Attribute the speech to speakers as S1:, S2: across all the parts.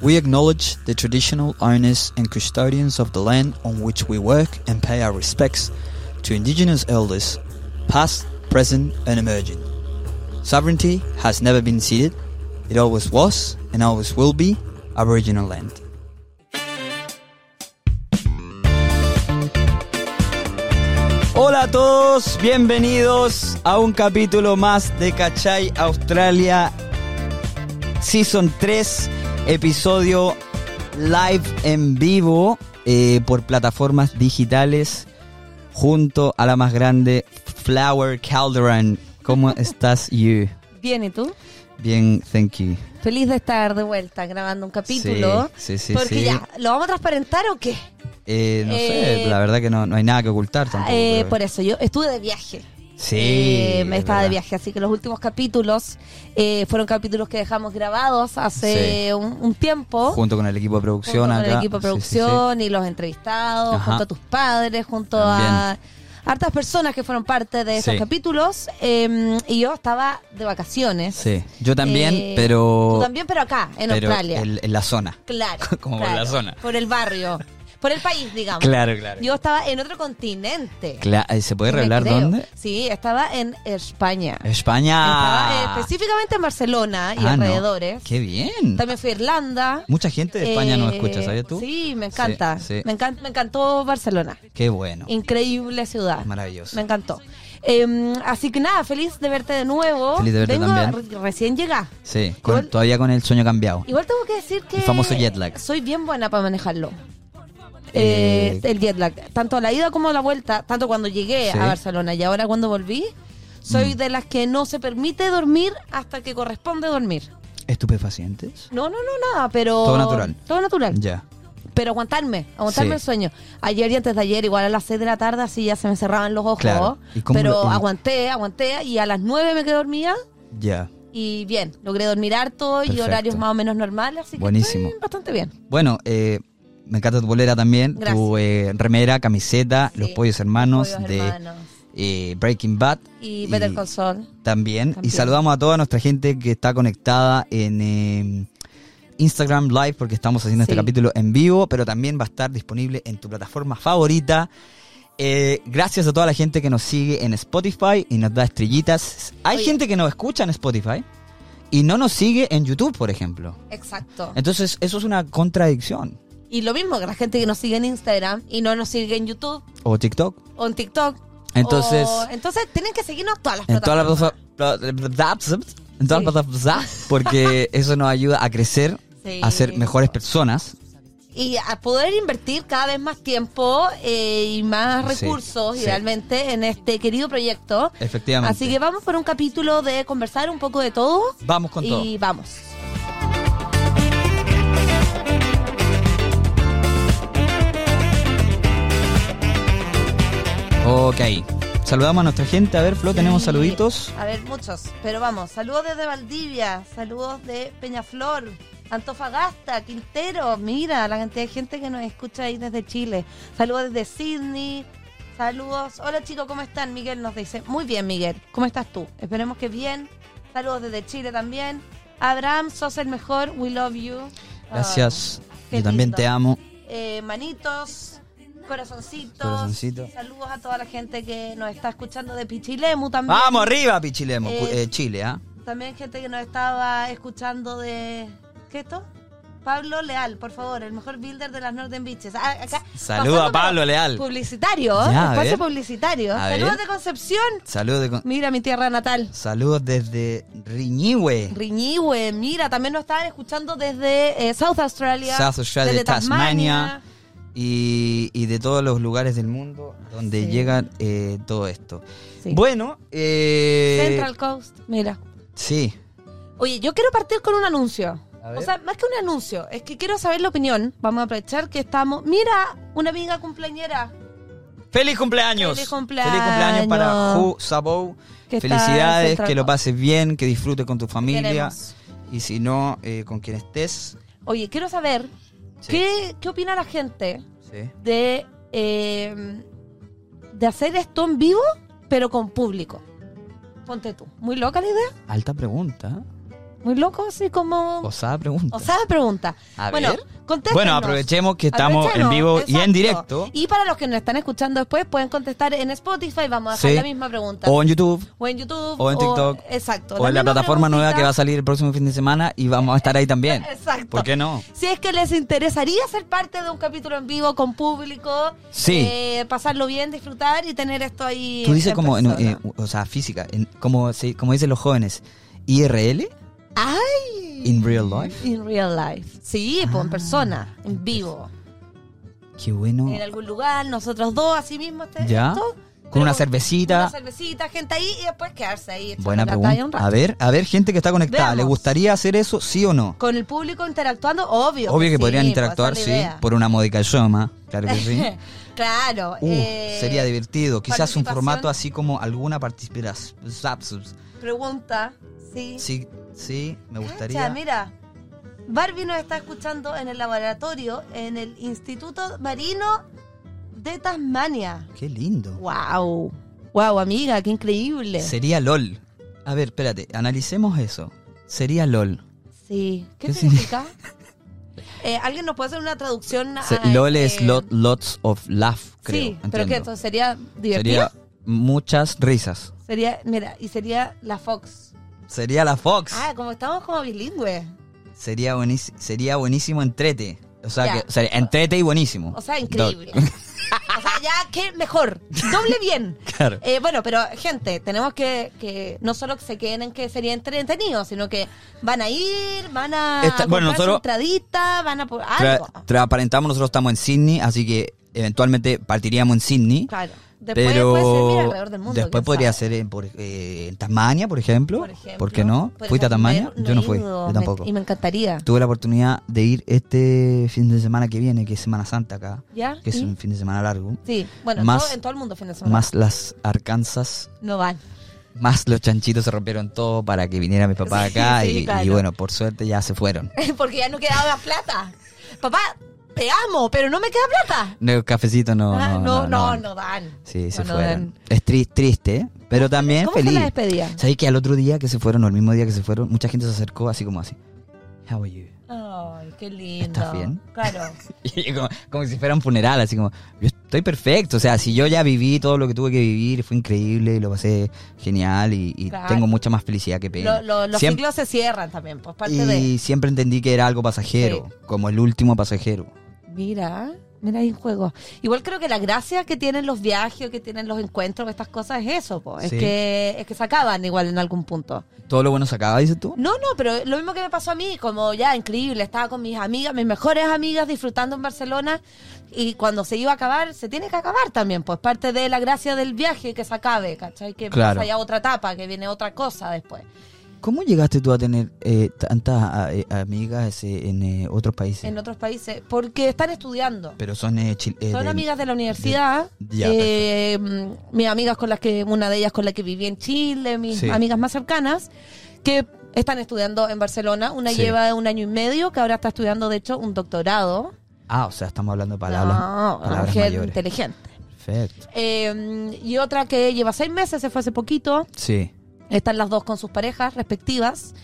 S1: We acknowledge the traditional owners and custodians of the land on which we work and pay our respects to Indigenous elders, past, present, and emerging. Sovereignty has never been ceded, it always was and always will be Aboriginal land. Hola a todos, bienvenidos a un capítulo más de Cachai Australia Season 3, episodio live en vivo eh, por plataformas digitales junto a la más grande Flower Calderon. ¿Cómo estás, you?
S2: Bien, ¿y tú?
S1: Bien, thank you.
S2: Feliz de estar de vuelta grabando un capítulo.
S1: Sí, sí, sí,
S2: Porque
S1: sí.
S2: ya, ¿lo vamos a transparentar o qué?
S1: Eh, no sé,
S2: Eh,
S1: la verdad que no, no hay nada que ocultar tampoco.
S2: Eh,
S1: pero-
S2: por eso, yo estuve de viaje.
S1: Sí,
S2: Eh, me
S1: es
S2: estaba de
S1: verdad.
S2: viaje, así que los últimos capítulos eh, fueron capítulos que dejamos grabados hace
S1: Sí.
S2: un, un tiempo.
S1: Junto con el equipo de producción
S2: junto con
S1: acá.
S2: el equipo de
S1: Sí, sí, sí.
S2: producción y los entrevistados,
S1: Ajá.
S2: junto a tus padres, junto a hartas personas que fueron parte de esos
S1: Sí.
S2: capítulos. eh, y yo estaba de vacaciones.
S1: Sí, yo también,
S2: Eh,
S1: pero.
S2: Tú también, pero acá, en
S1: pero
S2: Australia.
S1: En, en la zona.
S2: Claro.
S1: Como por
S2: claro,
S1: la zona.
S2: Por el barrio. Por el país, digamos.
S1: Claro, claro.
S2: Yo estaba en otro continente.
S1: Cla- eh, ¿Se puede
S2: Me
S1: revelar
S2: creo.
S1: dónde?
S2: Sí, estaba en España. Estaba,
S1: España.
S2: eh, específicamente en Barcelona y
S1: Ah, no.
S2: alrededores.
S1: Qué bien.
S2: También fui a Irlanda.
S1: Mucha gente de España no
S2: Eh,
S1: escucha, ¿sabías tú?
S2: Sí, me encanta.
S1: Sí, sí.
S2: Me, encan- me encantó Barcelona.
S1: Qué bueno.
S2: Increíble ciudad.
S1: Maravilloso.
S2: Me encantó. Eh, así que nada, feliz de verte de nuevo.
S1: Feliz de verte
S2: Vengo
S1: también.
S2: re- recién llegar.
S1: Sí, con-
S2: Igual-
S1: todavía con el sueño cambiado.
S2: Igual tengo que decir que.
S1: El famoso jet lag.
S2: Soy bien buena para manejarlo.
S1: Eh,
S2: Eh, el jet lag. Tanto a la ida como a la vuelta. Tanto cuando llegué
S1: Sí. Mm.
S2: a Barcelona y ahora cuando volví. Soy de las que no se permite dormir hasta que corresponde dormir.
S1: ¿Estupefacientes?
S2: No, no, no, nada, pero.
S1: Todo natural.
S2: Todo natural.
S1: Ya.
S2: Pero aguantarme, aguantarme
S1: Sí.
S2: el sueño. Ayer y antes de ayer, igual a las 6 de la tarde, así ya se me cerraban los ojos.
S1: Claro. ¿Y cómo
S2: Pero
S1: lo- y-
S2: aguanté, aguanté y a las 9 me quedé dormida.
S1: Ya.
S2: Y bien, logré dormir harto y
S1: Perfecto.
S2: horarios más o menos normales, así
S1: Buenísimo.
S2: que estoy bastante bien.
S1: Bueno, eh, me encanta tu bolera también. Tu
S2: Gracias.
S1: eh, remera, camiseta,
S2: Sí.
S1: Ah, los pollos hermanos
S2: Pollos
S1: de
S2: hermanos.
S1: eh, Breaking Bad.
S2: Y Better Console
S1: También. Y
S2: También.
S1: saludamos a toda nuestra gente que está conectada en eh, Instagram Live porque estamos haciendo este
S2: Sí.
S1: capítulo en vivo, pero también va a estar disponible en tu plataforma favorita. Eh, gracias a toda la gente que nos sigue en Spotify y nos da estrellitas. Hay
S2: Oye.
S1: gente que nos escucha en Spotify y no nos sigue en YouTube, por ejemplo.
S2: Exacto.
S1: Entonces, eso es una contradicción.
S2: Y lo mismo que la gente que nos sigue en Instagram y no nos sigue en YouTube
S1: O TikTok.
S2: o en TikTok.
S1: Entonces-
S2: o- entonces tienen que seguirnos todas las
S1: En todas las
S2: plataformas.
S1: plataformas. En todas las
S2: Sí.
S1: plataformas. Porque eso nos ayuda a crecer,
S2: Sí.
S1: a ser mejores personas.
S2: Y a poder invertir cada vez más tiempo eh, y más
S1: Sí,
S2: recursos,
S1: sí.
S2: idealmente, en este querido proyecto.
S1: Efectivamente.
S2: Así que vamos por un capítulo de conversar un poco de todo.
S1: Vamos con
S2: y
S1: todo.
S2: vamos.
S1: Ok. Saludamos a nuestra gente. A ver, Flo, tenemos
S2: Sí.
S1: saluditos.
S2: A ver, muchos. Pero vamos, saludos desde Valdivia, saludos de Peñaflor, Antofagasta, Quintero. Mira la cantidad de gente que nos escucha ahí desde Chile. Saludos desde Sydney. Saludos. Hola chicos, ¿cómo están? Miguel nos dice. Muy bien, Miguel. ¿Cómo estás tú? Esperemos que bien. Saludos desde Chile también. Abraham, sos el mejor. We love you.
S1: Gracias.
S2: Ah, qué
S1: Yo también
S2: lindo.
S1: te amo.
S2: Eh, manitos, corazoncitos.
S1: Corazoncito.
S2: Saludos a toda la gente que nos está escuchando de Pichilemu también.
S1: Vamos arriba, Pichilemo.
S2: Mm. Eh,
S1: Pu- eh, Chile, ¿ah?
S2: También gente que nos estaba escuchando de. ¿Qué es esto? Pablo Leal, por favor, el mejor builder de las Northern Beaches. Ah, acá,
S1: Saludo
S2: pasando
S1: a Pablo
S2: por-
S1: Leal.
S2: Publicitario,
S1: Ya, a
S2: espacio
S1: ver.
S2: publicitario.
S1: A
S2: Saludos
S1: ver.
S2: de Concepción.
S1: Saludos, de con-
S2: Mira mi tierra natal.
S1: Saludos desde Riñihue.
S2: Riñihue, mira, también nos estaban escuchando desde eh, South Australia.
S1: South Australia,
S2: desde
S1: Tasmania. Y, y de todos los lugares del mundo donde
S2: Sí.
S1: llega eh, todo esto.
S2: Sí.
S1: Bueno, eh,
S2: Central Coast, mira.
S1: sí,
S2: Oye, yo quiero partir con un anuncio.
S1: A ver.
S2: O sea, más que un anuncio, es que quiero saber la opinión. Vamos a aprovechar que estamos. Mira, una amiga cumpleañera.
S1: ¡Feliz cumpleaños!
S2: ¡Feliz cumpleaños!
S1: Feliz cumpleaños para Ju Sabou.
S2: Que está en
S1: Felicidades,
S2: Central
S1: que lo
S2: Coast.
S1: pases bien, que disfrutes con tu familia.
S2: Queremos.
S1: Y si no, eh, con quien estés.
S2: Oye, quiero saber
S1: Sí.
S2: qué, qué opina la gente
S1: Sí.
S2: de, eh, de hacer esto en vivo, pero con público. Ponte tú. ¿Muy loca la idea?
S1: Alta pregunta.
S2: Muy loco, así como...
S1: Osada pregunta.
S2: Osada pregunta.
S1: A
S2: bueno,
S1: ver.
S2: contéstenos.
S1: Bueno, aprovechemos que estamos en
S2: Aprovechemos,
S1: vivo y en
S2: exacto.
S1: directo.
S2: Y para los que nos están escuchando después, pueden contestar en Spotify. Vamos a dejar
S1: Sí.
S2: la misma pregunta.
S1: O en YouTube.
S2: O en YouTube.
S1: o en TikTok,
S2: exacto.
S1: O en la
S2: misma
S1: plataforma nueva
S2: preguntita.
S1: que va a salir el próximo fin de semana y vamos a estar ahí también.
S2: Exacto.
S1: ¿Por qué no?
S2: Si es que les interesaría ser parte de un capítulo en vivo con público,
S1: Sí.
S2: eh, pasarlo bien, disfrutar y tener esto ahí.
S1: Tú dices
S2: en
S1: como, en-
S2: persona.
S1: eh, o sea, física, en- como, se- como dicen los jóvenes, IRL,
S2: ¡Ay!
S1: eh, in real life.
S2: In real life. Sí, pues, en
S1: Ah.
S2: persona, en vivo.
S1: Qué bueno.
S2: En algún lugar, nosotros dos, así mismo. Este,
S1: Ya.
S2: esto,
S1: Con una
S2: pero- Una
S1: cervecita.
S2: cervecita, gente ahí y después quedarse ahí. echando
S1: Buena
S2: la talla
S1: pregunta.
S2: un rato.
S1: A ver, a ver, gente que está conectada, ¿le
S2: Veamos.
S1: gustaría hacer eso, sí o no?
S2: Con el público interactuando, obvio.
S1: Obvio que
S2: sí,
S1: podrían
S2: pues,
S1: interactuar,
S2: esa es
S1: sí,
S2: la idea.
S1: por una módica soma, claro que sí.
S2: claro.
S1: Uh,
S2: eh,
S1: sería divertido, quizás un
S2: participación.
S1: formato así como alguna participación.
S2: Pregunta, sí.
S1: Sí, sí, me
S2: Cacha,
S1: gustaría.
S2: mira, Barbie nos está escuchando en el laboratorio, en el Instituto Marino de Tasmania.
S1: Qué lindo.
S2: ¡Wow! ¡Wow, amiga! ¡Qué increíble! Sí.
S1: Sería LOL. A ver, espérate, analicemos eso. Sería LOL.
S2: ¿Qué,
S1: ¿Qué
S2: significa? Eh, ¿Alguien nos puede hacer una traducción? a,
S1: Se- LOL es
S2: eh,
S1: lot- lots of laugh, creo.
S2: Ah, Sí, pero
S1: entiendo.
S2: que esto sería divertido.
S1: Sería muchas risas.
S2: Sería, mira, y sería la Fox.
S1: Sería la Fox.
S2: Ah, como estamos como bilingües.
S1: Sería, buenis- sería buenísimo entrete. O sea,
S2: Ya.
S1: que, sería entrete y buenísimo.
S2: O sea, increíble. o sea, ya, qué mejor. Doble bien.
S1: Claro.
S2: Eh, bueno, pero gente, tenemos que, que no solo que se queden en que sería entretenido, sino que van a ir, van a
S1: Esta- bueno,
S2: comprar su
S1: nosotros-
S2: entradita, van a por
S1: Tra-
S2: algo.
S1: transparentamos, nosotros estamos en Sydney, así que eventualmente partiríamos en Sydney.
S2: Claro. Después puede servir
S1: pero
S2: alrededor del mundo.
S1: después
S2: quién
S1: podría
S2: sabe.
S1: ser en, por- eh, en Tasmania, por ejemplo.
S2: Por ejemplo.
S1: qué no?
S2: Por
S1: ¿Fuiste a
S2: ejemplo,
S1: Tasmania?
S2: he-
S1: Yo no
S2: he
S1: fui,
S2: ido,
S1: yo
S2: me-
S1: tampoco.
S2: y me encantaría.
S1: Tuve la oportunidad de ir este fin de semana que viene, que es Semana Santa acá,
S2: ¿Ya?
S1: que es
S2: ¿Y?
S1: un fin de semana largo,
S2: Sí, bueno, en
S1: más-
S2: todo- en todo el mundo fin de semana.
S1: más las Arkansas,
S2: No van.
S1: más los chanchitos se rompieron todo para que viniera mi papá
S2: Sí,
S1: acá
S2: sí,
S1: y- y,
S2: claro.
S1: bueno, por suerte ya se fueron.
S2: Porque ya no quedaba más plata. Papá, te amo, pero no me queda plata.
S1: No, cafecito no.
S2: Ah,
S1: No, no, no.
S2: dan.
S1: Sí, se
S2: No, no
S1: fueron.
S2: dan.
S1: es tri- triste, ¿eh? pero también
S2: ¿Cómo fue
S1: feliz.
S2: la despedida?
S1: ¿Sabéis que al otro día que se fueron, o el mismo día que se fueron, mucha gente se acercó así como así? How are you?
S2: Ay, qué lindo.
S1: ¿Estás bien?
S2: Claro.
S1: Y como, como si fuera un funeral, así como, yo estoy perfecto. O sea, si yo ya viví todo lo que tuve que vivir, fue increíble, lo pasé genial y, y
S2: Claro.
S1: tengo mucha más felicidad que pena.
S2: Lo- lo- los
S1: Siempre-
S2: ciclos se cierran también, pues parte de.
S1: y siempre entendí que era algo pasajero, como el último pasajero.
S2: Mira, mira ahí un juego. Igual creo que la gracia que tienen los viajes, que tienen los encuentros, estas cosas es eso, pues.
S1: Sí.
S2: Es, que, es que se acaban igual en algún punto.
S1: Todo lo bueno se acaba, dices tú.
S2: No, no, pero lo mismo que me pasó a mí, como ya increíble, estaba con mis amigas, mis mejores amigas disfrutando en Barcelona y cuando se iba a acabar, se tiene que acabar también, pues parte de la gracia del viaje que se acabe, ¿cachai? Que
S1: Claro.
S2: pasa ya otra etapa, que viene otra cosa después.
S1: ¿Cómo llegaste tú a tener eh, tantas a- eh, amigas eh, en eh, otros países?
S2: en otros países, porque están estudiando.
S1: Pero son eh, chil- eh,
S2: Son
S1: del-
S2: amigas de la universidad.
S1: Ya,
S2: eh, mm, mis amigas con las que, una de ellas con la que viví en Chile, mis
S1: Sí.
S2: amigas más cercanas, que están estudiando en Barcelona. Una
S1: Sí.
S2: lleva un año y medio, que ahora está estudiando, de hecho, un doctorado.
S1: Ah, o sea, estamos hablando de palabras,
S2: No, una
S1: palabras
S2: mujer
S1: mayores.
S2: inteligente.
S1: Perfecto.
S2: Eh, y otra que lleva seis meses, se fue hace poquito.
S1: Sí.
S2: Están las dos con sus parejas respectivas.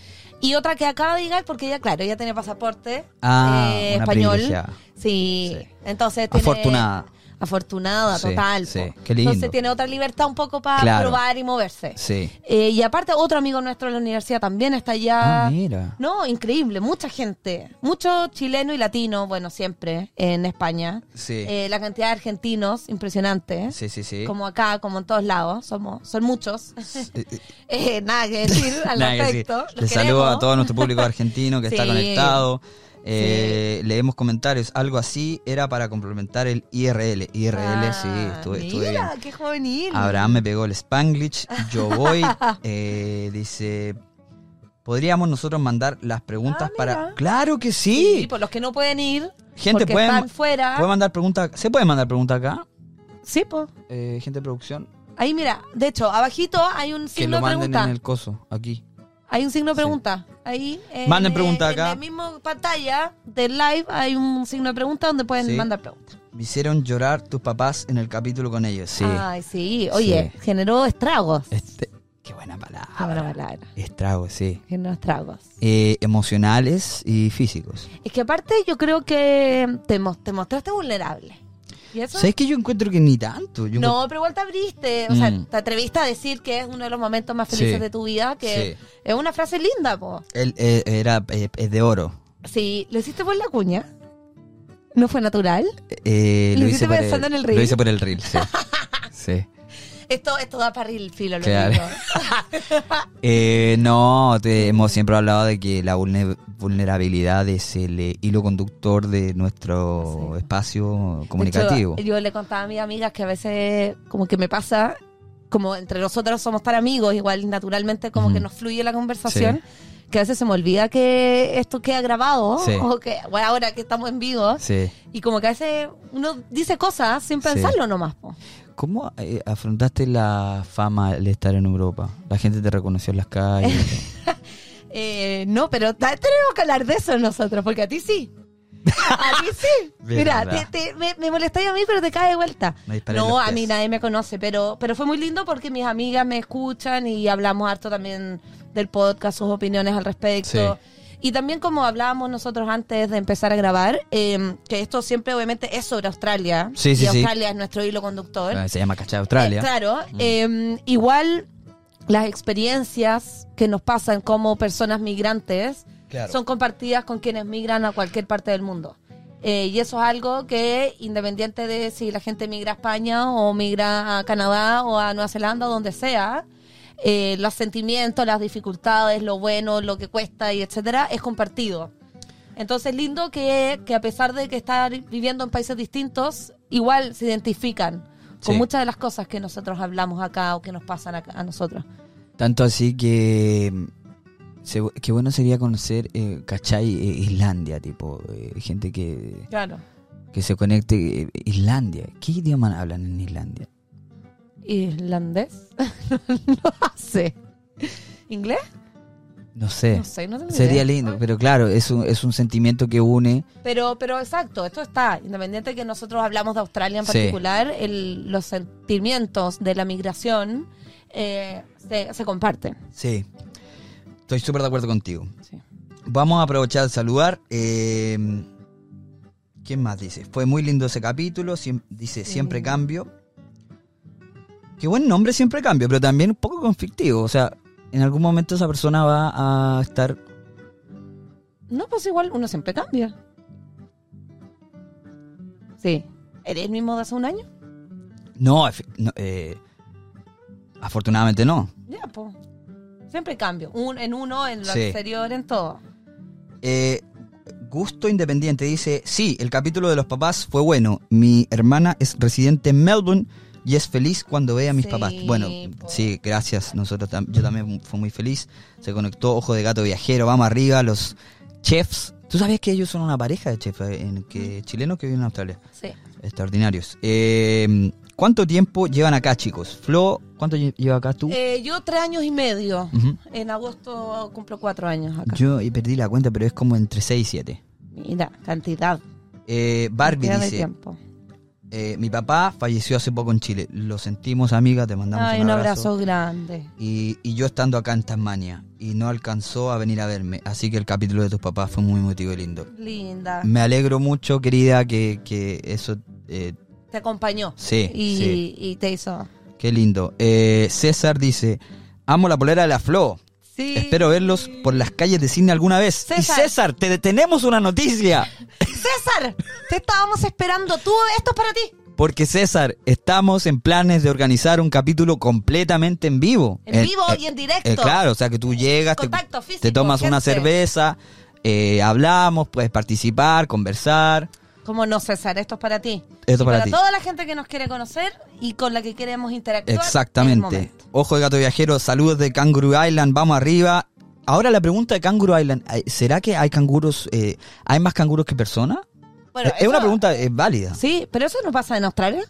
S2: Y otra que acaba de llegar, porque ella, claro, ella tiene pasaporte
S1: Ah,
S2: eh,
S1: una
S2: español.
S1: privilegiada.
S2: Sí.
S1: Sí.
S2: Entonces tiene-
S1: Afortunada.
S2: Afortunada,
S1: Sí,
S2: total.
S1: sí.
S2: po.
S1: Qué lindo.
S2: Entonces tiene otra libertad un poco para
S1: Claro.
S2: probar y moverse.
S1: Sí.
S2: Eh, y aparte, otro amigo nuestro de la universidad también está allá.
S1: Ah, mira.
S2: No, increíble, mucha gente. Mucho chileno y latino, bueno, siempre en España.
S1: Sí.
S2: Eh, la cantidad de argentinos, impresionante.
S1: Sí, sí, sí.
S2: Como acá, como en todos lados, somos, son muchos.
S1: Eh, eh,
S2: Eh, nada que decir al
S1: nada que decir.
S2: respecto. Los
S1: Les saludo a
S2: queremos.
S1: todo nuestro público argentino que está
S2: Sí.
S1: conectado. Eh, Leemos comentarios. Algo así era para complementar el IRL. IRL,
S2: Ah,
S1: sí, estuve, estuve bien.
S2: mira, qué juvenil.
S1: Abraham me pegó el Spanglish. Yo voy. Eh, dice. ¿Podríamos nosotros mandar las preguntas
S2: Ah,
S1: para.?
S2: mira.
S1: ¡Claro que
S2: Sí,
S1: sí!
S2: por los que no pueden ir,
S1: Gente,
S2: porque
S1: pueden,
S2: están fuera.
S1: pueden mandar preguntas. ¿Se pueden mandar preguntas acá?
S2: Sí, po.
S1: Eh, gente de producción.
S2: Ahí mira, de hecho, abajito hay un
S1: que
S2: signo
S1: lo
S2: de
S1: manden
S2: pregunta.
S1: en el coso, aquí.
S2: Hay un signo de
S1: Sí.
S2: pregunta. Ahí. en,
S1: Manden
S2: eh,
S1: pregunta acá.
S2: En la misma pantalla del live hay un signo de pregunta donde pueden
S1: Sí.
S2: mandar preguntas.
S1: Me hicieron
S2: Ah.
S1: llorar tus papás en el capítulo con ellos. Sí.
S2: Ay, sí. Oye, generó estragos.
S1: Este, Qué buena palabra.
S2: Qué buena palabra.
S1: Estragos, sí.
S2: En los tragos.
S1: Eh, emocionales y físicos.
S2: Es que aparte yo creo que te, mo- te mostraste vulnerable. ¿Y eso?
S1: ¿Sabes que yo encuentro que ni tanto? Yo
S2: No, pero igual te abriste. O sea,
S1: Mm.
S2: te atreviste a decir que es uno de los momentos más felices
S1: Sí.
S2: de tu vida, que
S1: Sí.
S2: es una frase linda, po.
S1: Él eh, era eh, es de oro.
S2: Sí, lo hiciste por la cuña. No fue natural.
S1: Eh,
S2: Lo
S1: lo
S2: hiciste
S1: hice por
S2: pensando en el reel.
S1: Lo hice por el reel, sí. sí.
S2: Esto, esto da para el filo, lo
S1: Claro.
S2: digo.
S1: Eh, no, te- hemos siempre hablado de que la vulne- vulnerabilidad es el eh, hilo conductor de nuestro
S2: Sí.
S1: espacio
S2: De hecho,
S1: comunicativo.
S2: yo le contaba a mis amigas que a veces como que me pasa, como entre nosotros somos tan amigos, igual naturalmente como
S1: Ujú.
S2: que nos fluye la conversación, que a veces se me olvida que esto queda grabado,
S1: Sí.
S2: o que bueno, ahora que estamos en vivo,
S1: sí.
S2: y como que a veces uno dice cosas sin
S1: Sí.
S2: pensarlo nomás. po.
S1: ¿Cómo eh, afrontaste la fama al estar en Europa? La gente te reconoció en las calles.
S2: Eh, no, pero ta- tenemos que hablar de eso nosotros, porque a ti sí. A ti sí. Mira,
S1: Verdad.
S2: te- te- me, me molestáis a mí, pero te cae de vuelta.
S1: Me disparé en
S2: No,
S1: los
S2: a
S1: pies.
S2: mí nadie me conoce, pero, pero fue muy lindo porque mis amigas me escuchan y hablamos harto también del podcast, sus opiniones al respecto. Y también como hablábamos nosotros antes de empezar a grabar, eh, que esto siempre obviamente es sobre Australia.
S1: Sí, sí,
S2: y
S1: sí.
S2: Australia es nuestro hilo conductor.
S1: Ah, Se llama Cachá Australia. Mm.
S2: Eh, claro. eh, igual las experiencias que nos pasan como personas migrantes
S1: Claro.
S2: son compartidas con quienes migran a cualquier parte del mundo. Eh, y eso es algo que, independiente de si la gente migra a España o migra a Canadá o a Nueva Zelanda o donde sea, eh, los sentimientos, las dificultades, lo bueno, lo que cuesta y etcétera, es compartido. Entonces, lindo que, que a pesar de que estar viviendo en países distintos, igual se identifican con
S1: Sí.
S2: muchas de las cosas que nosotros hablamos acá o que nos pasan acá- a nosotros.
S1: Tanto así que. mm, se- Qué bueno sería conocer, eh, ¿cachai? Eh, Islandia, tipo, eh, gente que,
S2: Claro.
S1: que se conecte. eh, Islandia, ¿qué idioma hablan en Islandia?
S2: ¿Irlandés? no hace. ¿Inglés?
S1: No sé.
S2: No sé, no tengo
S1: Sería
S2: idea.
S1: lindo, pero claro, es un, es un sentimiento que une.
S2: Pero, pero exacto, esto está, independiente de que nosotros hablamos de Australia en
S1: Sí.
S2: particular, el- los sentimientos de la migración eh, se, se comparten.
S1: Sí. Estoy súper de acuerdo contigo.
S2: Sí.
S1: Vamos a aprovechar de saludar. eh, ¿Quién más dice? Fue muy lindo ese capítulo. siem- dice,
S2: Sí.
S1: siempre cambio. Qué buen nombre, siempre cambio, pero también un poco conflictivo. O sea, en algún momento esa persona va a estar...
S2: No, pues igual uno siempre cambia. Sí. ¿Eres el mismo de hace un año?
S1: No, efe- no, eh, afortunadamente no.
S2: Ya, pues. Siempre cambio. Un, en uno, en lo
S1: Sí.
S2: exterior, en todo.
S1: Eh, Gusto Independiente dice, sí, el capítulo de los papás fue bueno. Mi hermana es residente en Melbourne y es feliz cuando ve a mis
S2: Sí, pues.
S1: papás. Bueno,
S2: po.
S1: sí, gracias. Nosotros tam- yo también fui muy feliz. Se conectó Ojo de Gato Viajero, vamos arriba, los chefs. ¿Tú sabías que ellos son una pareja de chefs eh, en
S2: Mm.
S1: que, chilenos que viven en Australia?
S2: Sí.
S1: Extraordinarios. Eh, ¿Cuánto tiempo llevan acá, chicos? Flo, ¿cuánto lle- lleva acá tú?
S2: Eh, yo tres años y medio.
S1: Ujú.
S2: En agosto cumplo cuatro años acá.
S1: Yo eh, perdí la cuenta, pero es como entre 6 y 7.
S2: Mira, cantidad.
S1: Eh, Barbie
S2: cantidad de
S1: dice,
S2: tiempo.
S1: Eh, mi papá falleció hace poco en Chile. Lo sentimos, amiga, te mandamos
S2: Ay,
S1: un
S2: un
S1: abrazo.
S2: abrazo grande.
S1: Y, y yo estando acá en Tasmania y no alcanzó a venir a verme. Así que el capítulo de tus papás fue muy emotivo y lindo.
S2: Linda.
S1: Me alegro mucho, querida, que, que eso... eh,
S2: Te acompañó.
S1: sí,
S2: Y,
S1: sí,
S2: y te hizo.
S1: qué lindo. Eh, César dice, amo la polera de la Flo.
S2: Sí.
S1: Espero verlos por las calles de cine alguna vez.
S2: César.
S1: Y César, te tenemos una noticia.
S2: César, te estábamos esperando. Tú, esto es para ti.
S1: Porque César, estamos en planes de organizar un capítulo completamente en vivo.
S2: En vivo y en directo.
S1: Eh, claro, o sea que tú llegas, te,
S2: Contacto físico,
S1: te tomas una
S2: gente.
S1: cerveza, eh, hablamos, puedes participar, conversar.
S2: ¿Cómo no, César? Esto es para ti.
S1: Esto es
S2: Y
S1: para ti.
S2: toda la gente que nos quiere conocer y con la que queremos interactuar. en el
S1: Exactamente.
S2: momento.
S1: Ojo de gato viajero, saludos de Kangaroo Island, vamos arriba. Ahora la pregunta de Kangaroo Island, eh, ¿será que hay canguros, eh, hay más canguros que personas?
S2: Bueno,
S1: Eh, es una
S2: eso-
S1: pregunta eh, válida.
S2: Sí, pero eso no pasa en Australia.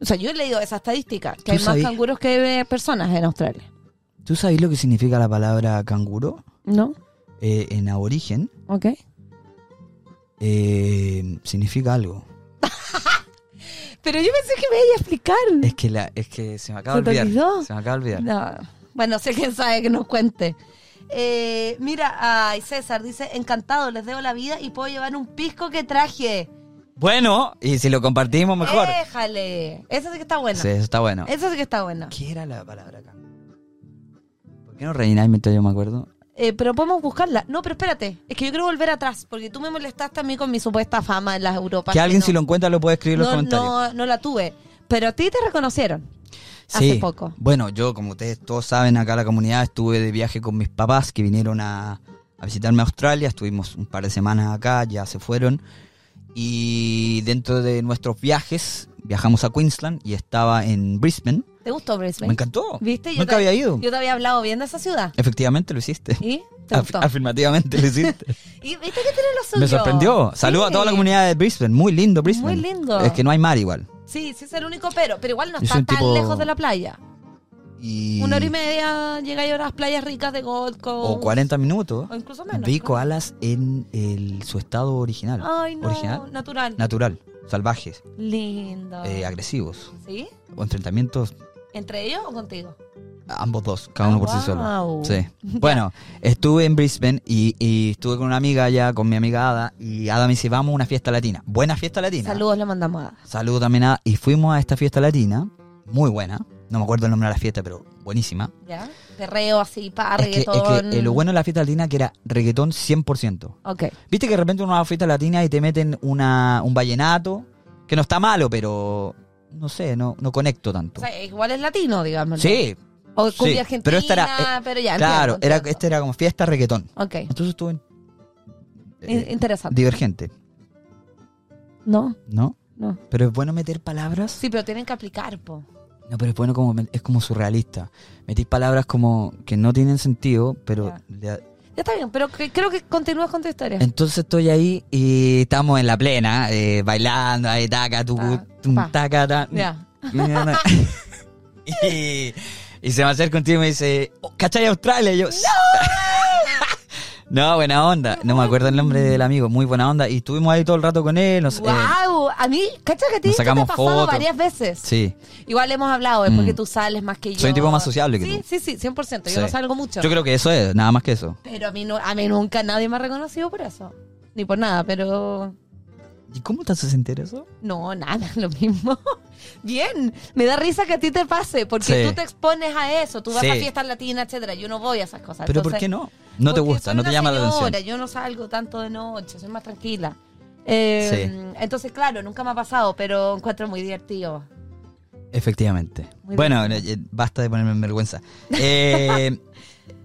S2: O sea, yo he leído esa estadística,
S1: ¿Tú
S2: que hay
S1: sabías?
S2: más canguros que eh, personas en Australia.
S1: ¿Tú sabes lo que significa la palabra canguro
S2: ¿No?
S1: Eh, en aborigen?
S2: ¿Ok?
S1: eh, significa algo.
S3: Pero yo pensé que me iba a explicar.
S1: Es que, la, es que se me acaba
S3: ¿Se
S1: de
S3: te
S1: olvidar.
S3: olvidó?
S1: Se me acaba de olvidar.
S2: No. Bueno, sé quién sabe que nos cuente. Eh, mira, ay, César dice, encantado, les debo la vida y puedo llevar un pisco que traje.
S1: Bueno, y si lo compartimos, mejor.
S2: Déjale. Eso sí que está Eh, bueno.
S1: Sí, eso está bueno.
S2: Eso sí que está bueno.
S1: ¿Qué era la palabra acá? ¿Por qué no rellenáis mientras yo me acuerdo?
S2: Eh, pero podemos buscarla. No, pero espérate. Es que yo quiero volver atrás, porque tú me molestaste a mí con mi supuesta fama en las Europas.
S1: que alguien
S2: no-
S1: si lo encuentra lo puede escribir en los
S2: no,
S1: comentarios.
S2: no, no la tuve. Pero a ti te reconocieron.
S1: Sí.
S2: hace poco.
S1: Bueno, yo, como ustedes todos saben, acá en la comunidad estuve de viaje con mis papás que vinieron a, a visitarme a Australia. Estuvimos un par de semanas acá, ya se fueron. Y dentro de nuestros viajes, viajamos a Queensland y estaba en Brisbane.
S2: ¿Te gustó Brisbane?
S1: Me encantó.
S2: ¿Viste? Yo
S1: Nunca
S2: te-
S1: había ido.
S2: Yo te había hablado bien de esa ciudad.
S1: Efectivamente lo hiciste.
S2: ¿Y? ¿Te
S1: Af-
S2: gustó?
S1: afirmativamente lo hiciste.
S2: ¿Y viste que tiene lo suyo?
S1: Me sorprendió. Saludo a
S2: Sí.
S1: toda la comunidad de Brisbane. Muy lindo Brisbane.
S2: Muy lindo.
S1: Es que no hay mar igual.
S2: Sí, sí es el único pero. Pero igual no
S1: Yo
S2: está
S1: soy
S2: tan
S1: un tipo-
S2: lejos de la playa.
S1: Y...
S2: Una hora y media llega yo a las playas ricas de Gold Coast.
S1: O 40 minutos.
S2: O incluso menos.
S1: Vi
S2: ¿no? Ah.
S1: koalas en el- su estado original.
S2: Ay, no.
S1: ah, Original.
S2: Natural.
S1: Natural. Salvajes.
S2: Lindo.
S1: eh, agresivos.
S2: ¿Sí?
S1: O enfrentamientos.
S2: ¿Entre ellos o contigo?
S1: Ambos dos, cada uno por sí solo.
S2: Guau.
S1: Sí. Bueno, estuve en Brisbane y, y estuve con una amiga allá, con mi amiga Ada, y Ada me dice, vamos a una fiesta latina. Buena fiesta latina.
S2: Saludos le mandamos a...
S1: Saludo también a... Y fuimos a esta fiesta latina, muy buena. No me acuerdo el nombre de la fiesta, pero buenísima.
S2: ¿Ya? Perreo así, para
S1: Es que, es
S2: reggaetón.
S1: que, eh, lo bueno de la fiesta latina es que era reggaetón 100%.
S2: Ok.
S1: Viste que de repente uno va a fiesta latina y te meten una, un vallenato, que no está malo, pero no sé, no, no conecto
S2: O
S1: tanto.
S2: sea, igual es latino, digamos. ¿no?
S1: Sí,
S2: O
S1: sí,
S2: cumbia argentina,
S1: pero
S2: pero,
S1: esta era, eh,
S2: ya.
S1: claro,
S2: entiendo,
S1: era,
S2: entiendo.
S1: este era como fiesta reggaetón.
S2: Ok,
S1: Entonces estuvo en-
S2: in-
S1: eh,
S2: interesante.
S1: divergente,
S2: No,
S1: ¿no?
S2: no.
S1: Pero es bueno meter palabras.
S2: Sí, pero tienen que aplicar, po.
S1: No, pero es bueno como men- es como surrealista. Metís palabras como que no tienen sentido, pero
S2: Ya.
S1: le-
S2: Ya está bien, pero que- creo que continúas con tu historia.
S1: Entonces estoy ahí y estamos en la plena, eh, bailando, ahí taca, tu,
S2: Pa,
S1: tum,
S2: pa.
S1: taca, ta.
S2: Ya.
S1: y, y se me acerca un tío y me dice, "Oh, ¿cachai Australia? Y yo, no, buena onda. No me acuerdo el nombre del amigo, muy buena onda. Y estuvimos ahí todo el rato con él. Nos, eh,
S2: ¡Wow! A mí, cacha que a ti
S1: nos
S2: esto te ha
S1: sacamos
S2: pasado
S1: fotos.
S2: varias veces.
S1: sí.
S2: Igual hemos hablado, es porque
S1: Mm.
S2: tú sales más que yo.
S1: Soy un tipo más sociable que
S2: sí,
S1: tú.
S2: Sí, sí, 100%. Yo
S1: Sí.
S2: no salgo mucho.
S1: Yo creo que eso es, nada más que eso.
S2: Pero a mí, no, a mí nunca nadie me ha reconocido por eso. Ni por nada, pero...
S1: ¿Y cómo te haces enterar eso?
S2: No, nada, lo mismo. Bien, me da risa que a ti te pase, porque
S1: Sí.
S2: tú te expones a eso, tú vas
S1: Sí.
S2: a fiestas latinas, etcétera. Yo no voy a esas cosas.
S1: Pero ¿por
S2: Ah, entonces-
S1: qué no? No te
S2: porque
S1: gusta,
S2: soy
S1: no te
S2: una
S1: llama la
S2: señora,
S1: atención.
S2: Yo no salgo tanto de noche, soy más tranquila. Eh, Entonces, claro, nunca me ha pasado, pero encuentro muy divertido.
S1: Efectivamente.
S2: Muy
S1: bueno,
S2: bien.
S1: eh, eh, basta de ponerme en vergüenza. Eh,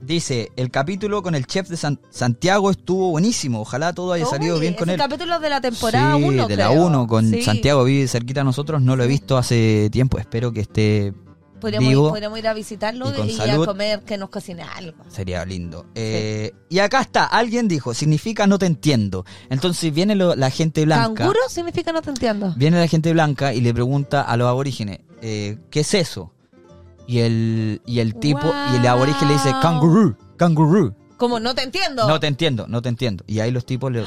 S1: dice, el capítulo con el chef de San- Santiago estuvo buenísimo. Ojalá todo haya salido
S2: Uy,
S1: bien
S2: es
S1: con
S2: el
S1: él.
S2: capítulo de la temporada 1.
S1: sí, de la 1 con Santiago vive cerquita a nosotros. No lo he visto hace tiempo. Espero que esté...
S2: Podríamos,
S1: vivo
S2: ir, podríamos ir a visitarlo
S1: y con
S2: y, a
S1: salud.
S2: comer, que nos cocine algo.
S1: Sería lindo. Eh, Y acá está. Alguien dijo, significa no te entiendo. Entonces viene lo- la gente blanca.
S2: ¿Canguro significa no te entiendo?
S1: Viene la gente blanca y le pregunta a los aborígenes, eh, ¿qué es eso? Y el, y el tipo, y el aborigen le dice,
S2: Wow.
S1: cangurú, cangurú.
S2: Como no te entiendo.
S1: No te entiendo, no te entiendo. Y ahí los tipos le...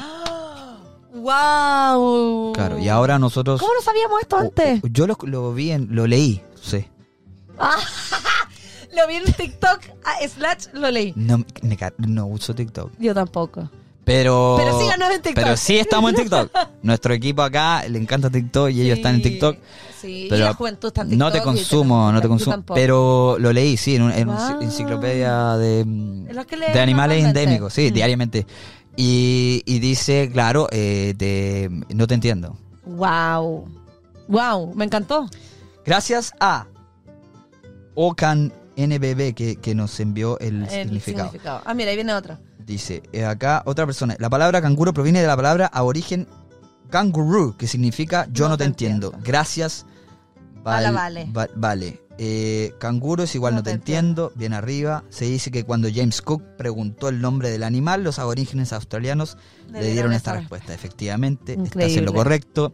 S2: ¡Wow!
S1: Claro, y ahora Oh, nosotros...
S2: ¿Cómo no sabíamos esto antes?
S1: o- o- Yo lo, lo vi, en- lo leí, sí. oh,
S2: Ah, Lo vi en TikTok, a- slash lo leí.
S1: No, me- me ca- no uso TikTok.
S2: Yo tampoco.
S1: Pero...
S2: Pero síganos en TikTok.
S1: Pero sí estamos en TikTok. Nuestro equipo acá le encanta TikTok y ellos están en
S2: Sí,
S1: TikTok.
S2: Sí,
S1: Pero
S2: y la juventud está en TikTok.
S1: no te
S2: y
S1: consumo, no te
S2: yo
S1: consumo.
S2: tampoco.
S1: Pero lo leí, sí, en, un- en una
S2: Wow.
S1: enciclopedia de, mm,
S2: En los que lees
S1: de animales
S2: normalmente.
S1: endémicos, sí,
S2: Mm.
S1: diariamente. Y, y dice, claro, eh, te- no te entiendo.
S2: Wow. Wow, me encantó.
S1: Gracias a Ocan NBB que, que nos envió el,
S2: El
S1: significado.
S2: significado. Ah, mira, ahí viene otra.
S1: Dice, eh, acá otra persona, la palabra canguro proviene de la palabra aborigen kangaroo, que significa yo no, te, entiendo. Gracias,
S2: Vala, vale.
S1: va- vale. Eh, canguro es igual no, te entiendo. bien arriba. Se dice que cuando James Cook preguntó el nombre del animal, los aborígenes australianos le, dieron esta respuesta. Efectivamente, estás en
S2: Increíble.
S1: lo correcto.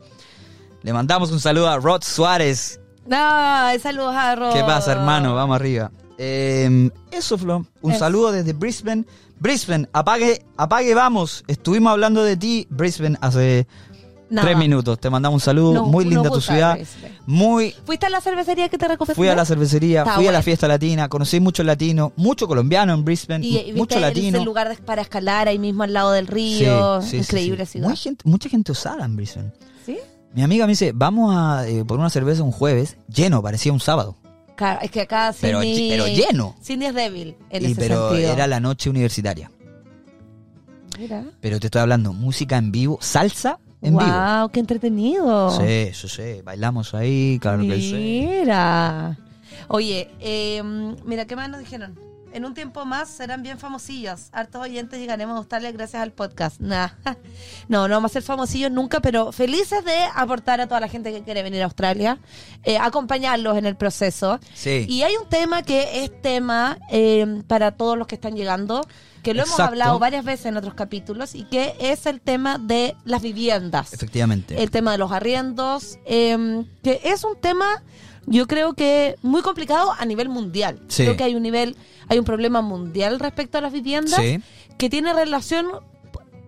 S1: Le mandamos un saludo a Rod Suárez.
S2: No, Ah, saludos a Rod.
S1: ¿Qué pasa, hermano? Vamos arriba. Eh, eso, Flo. Un
S2: Eso.
S1: saludo desde Brisbane. Brisbane, apague, apague, vamos. Estuvimos hablando de ti, Brisbane, hace
S2: Nada.
S1: Tres minutos. Te mandamos un saludo.
S2: No-
S1: muy
S2: no
S1: linda tu
S2: gusta
S1: ciudad.
S2: Brisbane.
S1: Muy.
S2: ¿Fuiste a la cervecería que te recomendé?
S1: Fui a la cervecería,
S2: Está
S1: fui a la
S2: bueno.
S1: fiesta latina, conocí muchos latinos, mucho colombiano en Brisbane,
S2: Y, y
S1: mucho
S2: viste
S1: latino.
S2: ese lugar de- para escalar ahí mismo al lado del río.
S1: Sí, sí, sí,
S2: Increíble
S1: sí.
S2: ciudad.
S1: Muy gente- mucha gente usada en Brisbane.
S2: ¿Sí?
S1: Mi amiga me dice, vamos a eh, por una cerveza un jueves, lleno, parecía un sábado.
S2: Claro, es que acá
S1: Pero ll-
S2: Sydney...
S1: pero lleno.
S2: Cindy es débil en
S1: Y-
S2: ese
S1: pero
S2: sentido.
S1: era la noche universitaria.
S2: Mira.
S1: Pero te estoy hablando, música en vivo, salsa en vivo.
S2: wow, qué entretenido.
S1: Sí, sí, sí. Bailamos ahí, claro que sí.
S2: Mira. Oye, eh, mira, ¿qué más nos dijeron? En un tiempo más serán bien famosillos. Hartos oyentes llegaremos a gustarles gracias al podcast. Nah. No, no vamos a ser famosillos nunca, pero felices de aportar a toda la gente que quiere venir a Australia, eh, acompañarlos en el proceso.
S1: Sí.
S2: Y hay un tema que es tema eh, para todos los que están llegando, que lo hemos
S1: Exacto.
S2: hablado varias veces en otros capítulos, y que es el tema de las viviendas
S1: Efectivamente.
S2: el tema de los arriendos, eh, que es un tema, yo creo que muy complicado a nivel mundial.
S1: Sí.
S2: Creo que hay un nivel, hay un problema mundial respecto a las viviendas
S1: Sí.
S2: que tiene relación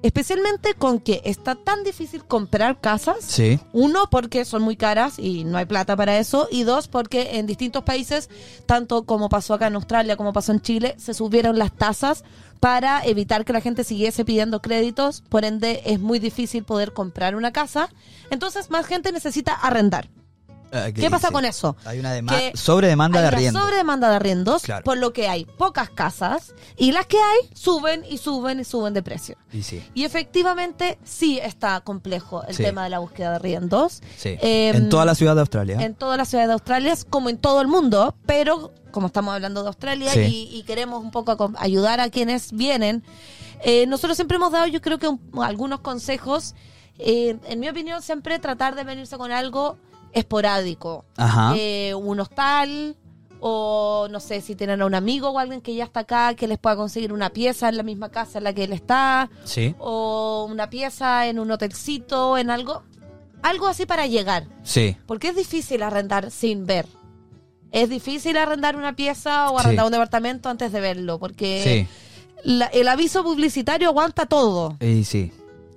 S2: especialmente con que está tan difícil comprar casas.
S1: Sí.
S2: Uno, porque son muy caras y no hay plata para eso. Y dos, porque en distintos países, tanto como pasó acá en Australia como pasó en Chile, se subieron las tasas para evitar que la gente siguiese pidiendo créditos. Por ende, es muy difícil poder comprar una casa. Entonces, más gente necesita arrendar.
S1: Ah,
S2: ¿Qué, pasa
S1: dice?
S2: con eso?
S1: Hay una
S2: Que
S1: demanda sobre demanda
S2: hay
S1: de
S2: una
S1: arriendo.
S2: sobredemanda de arriendos,
S1: Claro.
S2: por lo que hay pocas casas y las que hay suben y suben y suben de precio.
S1: Y sí.
S2: Y efectivamente sí está complejo el
S1: Sí.
S2: tema de la búsqueda de arriendos.
S1: Sí.
S2: Em,
S1: en toda la ciudad de Australia.
S2: en todas las ciudades de Australia, es como en todo el mundo, pero como estamos hablando de Australia
S1: Sí.
S2: y, y queremos un poco acom- ayudar a quienes vienen, eh, nosotros siempre hemos dado, yo creo que un- algunos consejos, eh, en mi opinión, siempre tratar de venirse con algo esporádico,
S1: Ajá.
S2: eh, un hostal. O no sé si tienen a un amigo o alguien que ya está acá que les pueda conseguir una pieza en la misma casa en la que él está
S1: sí.
S2: o una pieza en un hotelcito, en algo, algo así para llegar.
S1: Sí.
S2: Porque es difícil arrendar sin ver. Es difícil arrendar una pieza o
S1: Sí.
S2: arrendar un departamento antes de verlo, porque
S1: Sí.
S2: la- el aviso publicitario aguanta todo.
S1: Y sí.